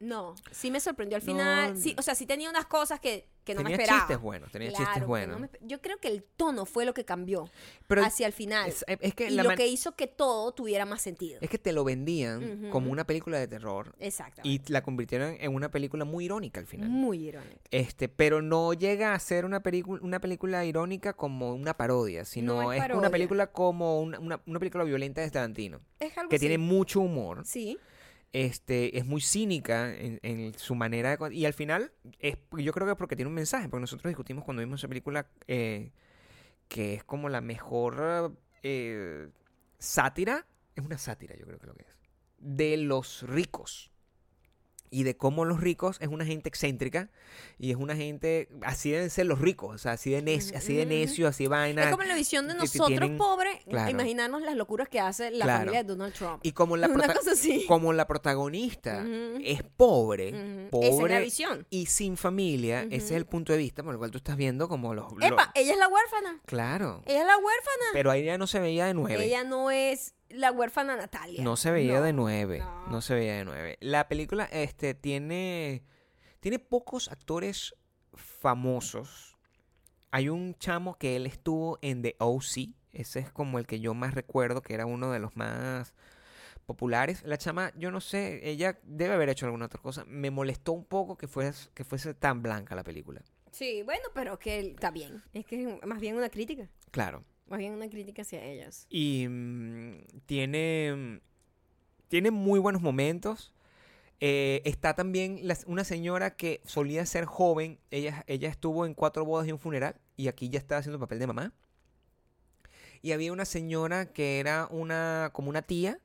S1: No, sí me sorprendió al
S2: No,
S1: final.
S2: no.
S1: Sí, o sea, sí tenía unas cosas que, que no
S2: tenía
S1: me esperaba.
S2: chistes buenos, tenía
S1: Claro, que
S2: chistes
S1: no
S2: buenos.
S1: me- yo creo que el tono fue lo que cambió
S2: Pero
S1: hacia el final.
S2: es, es que
S1: y
S2: la
S1: lo
S2: man-
S1: que hizo que todo tuviera más sentido.
S2: es que te lo vendían
S1: Ujú.
S2: como una película de terror
S1: Exacto.
S2: y la convirtieron en una película muy irónica al final.
S1: Muy irónico.
S2: Este, pero no llega a ser una película una película irónica como una parodia, sino
S1: No
S2: es,
S1: es
S2: una
S1: parodia.
S2: película como una, una- una película violenta de Tarantino,
S1: Es algo
S2: que
S1: así.
S2: tiene mucho humor,
S1: Sí.
S2: este, es muy cínica en, en su manera de, co- y al final es, yo creo que es porque tiene un mensaje, porque nosotros discutimos cuando vimos esa película eh, que es como la mejor eh, sátira, es una sátira yo creo que lo que es, de los ricos y de cómo los ricos es una gente excéntrica y es una gente así deben ser los ricos, o sea, así de necio,
S1: Ujú,
S2: así de
S1: ujú.
S2: necio, así vaina.
S1: es como la visión de
S2: que si
S1: nosotros
S2: tienen-
S1: pobres,
S2: claro.
S1: imaginarnos las locuras que hace la
S2: Claro.
S1: familia de Donald Trump. <laughs>
S2: Y como la,
S1: Una
S2: prota-
S1: cosa así.
S2: como la protagonista
S1: Ujú.
S2: es pobre,
S1: Ujú. Esa es la
S2: pobre
S1: visión.
S2: y sin familia, ese es el punto de vista por el cual tú estás viendo como los... los-
S1: Epa, ella es la huérfana.
S2: claro.
S1: Ella es la huérfana.
S2: Pero ahí ya no se veía de nueve.
S1: Ella no es la huérfana Natalia.
S2: No se veía de
S1: No.
S2: nueve. No.
S1: no.
S2: se veía de nueve. La película este, tiene, tiene pocos actores famosos. Hay un chamo que él estuvo en The O.C., Ese es como el que yo más recuerdo, que era uno de los más populares. La chama, yo no sé, ella debe haber hecho alguna otra cosa. Me molestó un poco que fuese, que fuese tan blanca la película.
S1: Sí, bueno, pero que está bien. Es que es más bien una crítica.
S2: Claro.
S1: Más bien una crítica hacia ellas.
S2: Y mm, tiene, tiene muy buenos momentos. Eh, está también la- una señora que solía ser joven. Ella, ella estuvo en cuatro bodas y un funeral. Y aquí ya está haciendo el papel de mamá. Y había una señora que era una como una tía.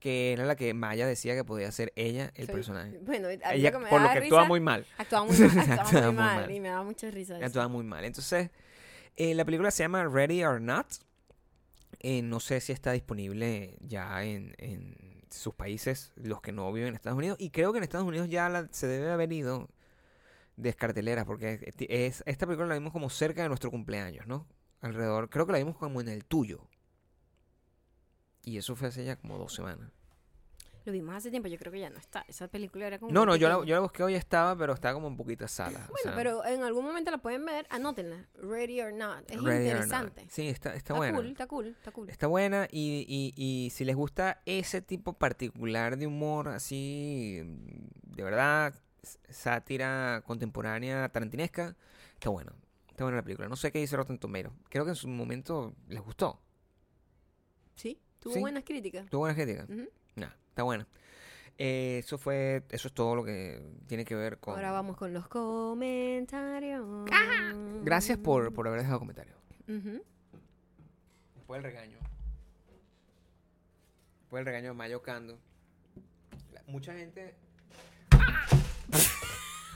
S2: Que era la que Maya decía que podía ser ella el
S1: Soy-
S2: personaje.
S1: Bueno, a mí
S2: Ella,
S1: me
S2: por lo
S1: daba
S2: que
S1: risa,
S2: actúa muy mal. <laughs>
S1: Actuaba muy mal. Actuaba
S2: Actuaba
S1: muy
S2: muy
S1: mal,
S2: mal.
S1: Y me daba mucha risa. eso.
S2: Actuaba muy mal. Entonces, eh, la película se llama Ready or Not. Eh, no sé si está disponible ya en, en sus países, los que no viven en Estados Unidos. Y creo que en Estados Unidos ya la- se debe haber ido descarteleras, porque es- es, esta película la vimos como cerca de nuestro cumpleaños, ¿no? Alrededor, creo que la vimos como en el tuyo. Y eso fue hace ya como dos semanas.
S1: Lo vimos hace tiempo, yo creo que ya no está. Esa película era como.
S2: No,
S1: muy
S2: no, yo la,
S1: pequeña.
S2: yo la busqué hoy estaba, pero estaba como en poquitas salas. o
S1: Bueno,
S2: sea,
S1: pero en algún momento la pueden ver, anótenla. Ready or not. Es
S2: Ready or Not.
S1: interesante.
S2: Sí, está,
S1: Está,
S2: está, buena.
S1: cool, está cool, está cool.
S2: Está buena y, y- y si les gusta ese tipo particular de humor, así, de verdad, s- sátira contemporánea tarantinesca, está bueno. Está buena la película. No sé qué dice Rotten Tomatoes. Creo que en su momento les gustó.
S1: Sí, tuvo
S2: Sí.
S1: buenas críticas.
S2: ¿Tuvo buena crítica?
S1: Ujú.
S2: Nah, está buena. Eh, eso fue, eso es todo lo que tiene que ver con...
S1: Ahora vamos con los comentarios.
S2: Gracias por, por haber dejado comentarios.
S1: Ujú.
S2: Después del regaño. Después del regaño de Mayocando. Mucha gente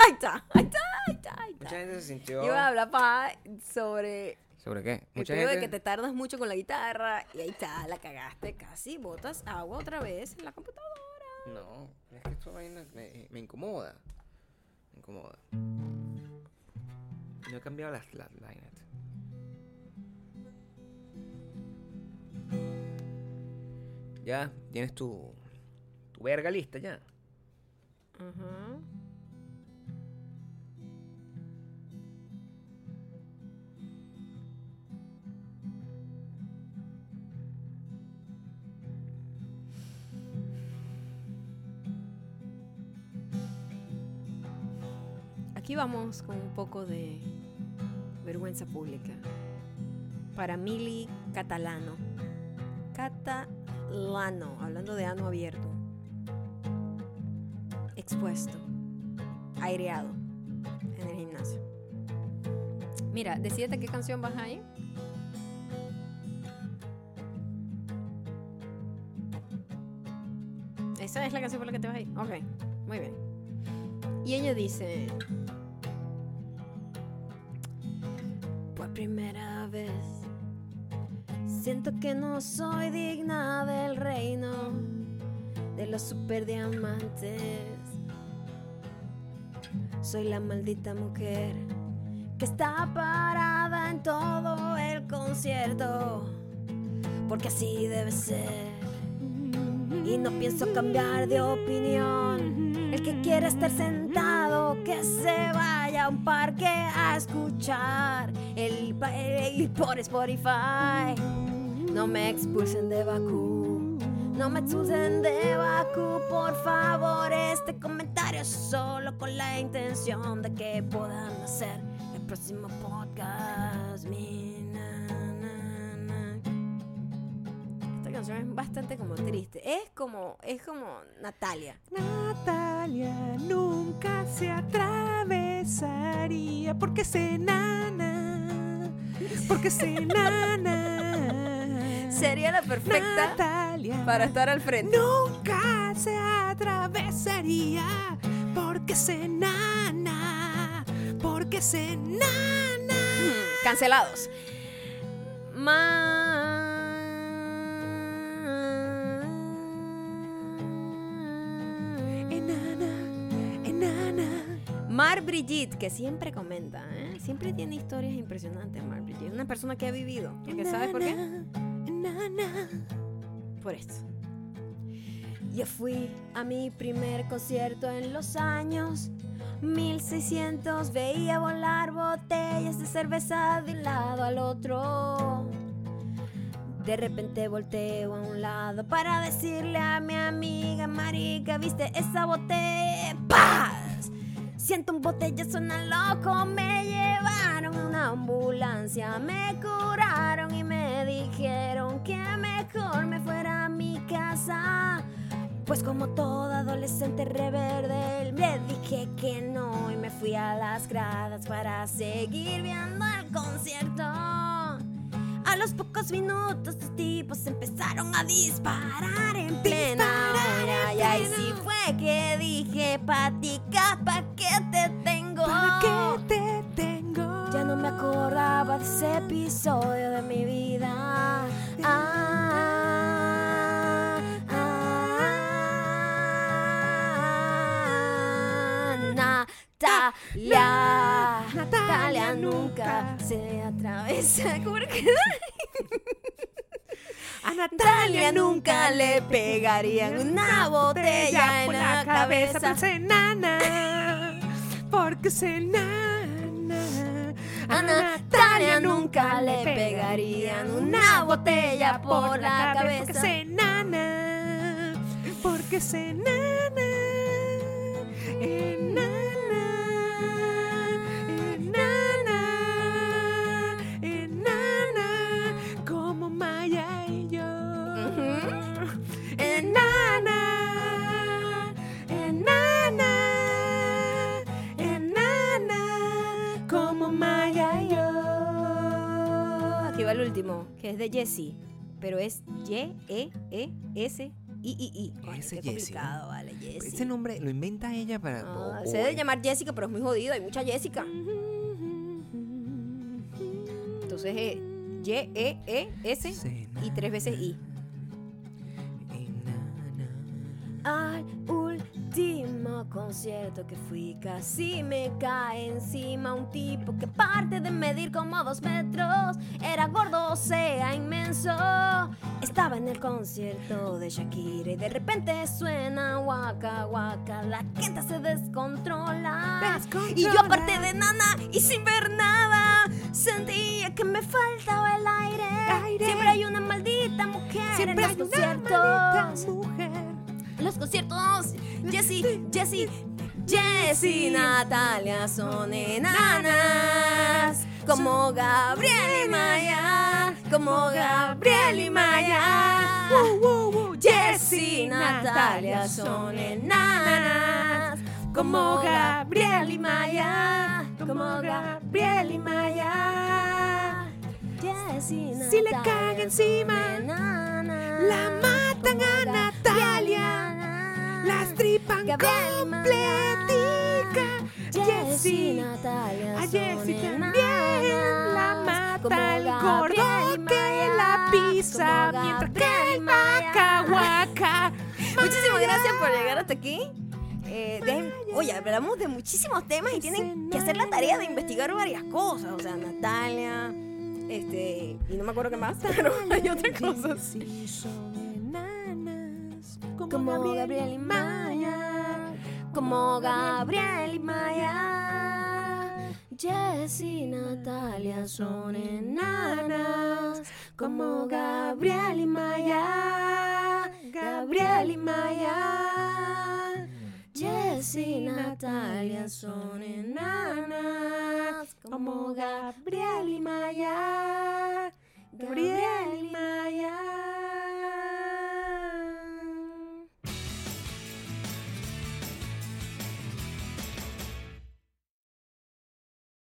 S1: Ahí está, ahí está, ahí está, ahí está.
S2: Mucha gente se sintió.
S1: Yo iba a hablar pa, sobre
S2: ¿Sobre qué?
S1: el
S2: Mucha
S1: pedo
S2: gente.
S1: de que te tardas mucho con la guitarra y ahí está, la cagaste casi, botas agua otra vez en la computadora.
S2: No, es que esta vaina me, me incomoda. Me incomoda. No he cambiado las, las vainas. Ya, tienes tu. tu verga lista ya.
S1: Eh, Ajá. Aquí vamos con un poco de vergüenza pública. Para Mili Catalano. Catalano, hablando de ano abierto. Expuesto. Aireado. En el gimnasio. Mira, decídete qué canción vas a ir. Esa es la canción por la que te vas a ir. Ok, muy bien. Y ella dice... Por primera vez siento que no soy digna del reino de los superdiamantes. Soy la maldita mujer que está parada en todo el concierto, porque así debe ser. Y no pienso cambiar de opinión. El que quiera estar sentado, que se vaya a un parque a escuchar el baile por Spotify. No me expulsen de Bakú. No me expulsen de Bakú, por favor. Este comentario es solo con la intención de que puedan hacer el próximo podcast. Mi na, na, na. Esta canción es bastante como triste. Es como, es como Natalia.
S3: Natalia nunca se atravesaría porque es enana, porque
S1: <laughs>
S3: es enana.
S1: Sería la perfecta
S3: Natalia
S1: para estar al frente.
S3: nunca se atravesaría porque es enana, porque es enana.
S1: Mm, Cancelados. Ma-
S3: Enana, enana.
S1: Mar Brigitte, que siempre comenta, ¿eh? siempre tiene historias impresionantes. Mar Brigitte, una persona que ha vivido. Porque, ¿Sabes por qué?
S3: Enana, Enana.
S1: Por esto. Yo fui a mi primer concierto en los años 1600. Veía volar botellas de cerveza de un lado al otro. De repente volteo a un lado para decirle a mi amiga marica, ¿viste esa botella? ¡Paz! Siento un botellazo en el loco, me llevaron a una ambulancia, me curaron y me dijeron que mejor me fuera a mi casa. Pues como toda adolescente reverde, le dije que no y me fui a las gradas para seguir viendo el concierto. A los pocos minutos los tipos empezaron a disparar en plena
S3: Disparar en
S1: hora y ahí
S3: plena.
S1: sí fue que dije, patica, pa' que te tengo.
S3: ¿Para qué te tengo?
S1: Oh. Ya no me acordaba de ese episodio de mi vida. Ah, ah, ah, Natalia, Natalia nunca se atraviesa. ¿Cómo era que <laughs>
S3: A
S1: Natalia nunca le pegarían una botella en
S3: por
S1: la cabeza.
S3: por ser nana. Porque ser nana.
S1: A Natalia nunca le pegarían una botella por la
S3: Porque
S1: cabeza.
S3: ser nana. Porque ser nana. eh, enana, enana, enana, eh, Como Maya y yo. Eh,
S1: Ujú.
S3: Enana, eh, enana, enana, eh, como Maya y yo.
S1: Aquí va el último, que es de Jesse, pero es E Y-E-E-S-I-I-I. Coño,
S2: Ese
S1: qué
S2: Jessie, ¿no?
S1: complicado, vale,
S2: Ese
S1: Jesse.
S2: nombre lo inventa ella para.
S1: Ah,
S2: o-
S1: se
S2: o-
S1: debe llamar Jessica, pero es muy jodido, hay mucha Jessica. Entonces eh, e, es Y-E-E-S y tres veces I.
S2: Enana.
S1: Al último concierto que fui casi me cae encima un tipo que parte de medir como dos metros era gordo o sea inmenso estaba en el concierto de Shakira y de repente suena waka waka la gente se descontrola y yo aparte de nana y sin ver nada sentía que me faltaba el aire,
S3: Aire.
S1: siempre hay una maldita mujer
S3: Siempre
S1: en
S3: hay
S1: los
S3: una maldita
S1: conciertos
S3: mujer.
S1: los conciertos, Jessy, Jessy, Jessy, Natalia son enanas. Como Gabriel y Maya, como Gabriel y Maya. Uh,
S3: Woo, woo, woo.
S1: Jessy, Natalia son enanas. Como Gabriel y Maya, como Gabriel y Maya. Jessy, Natalia
S3: Si le caga encima,
S1: son enanas.
S3: La matan a Natalia. Las tripan
S1: Gabriel y
S3: completica.
S1: Jessy,
S3: Jessy.
S1: Natalia,
S3: A
S1: son
S3: Jessy también
S1: enanas,
S3: la mata
S1: como
S3: el
S1: Gabriel
S3: gordo
S1: y
S3: que la
S1: Maya,
S3: pisa
S1: como
S3: mientras
S1: Gabriel
S3: que
S1: y
S3: el
S1: Maya.
S3: vaca
S1: <laughs>
S3: guaca.
S1: Muchísimas gracias por llegar hasta aquí. Eh, dejen- oye, hablamos de muchísimos temas y tienen que hacer la tarea de investigar varias cosas. O sea, Natalia, este, y no me acuerdo qué más, <laughs> pero hay otra cosa.
S3: Sí, son enanas
S1: Como Gabriel y Maya, como Gabriel y Maya. Jessy y Natalia son enanas, como Gabriel y Maya. Gabriel y Maya. Jessy y Natalia son enanas, como Gabriel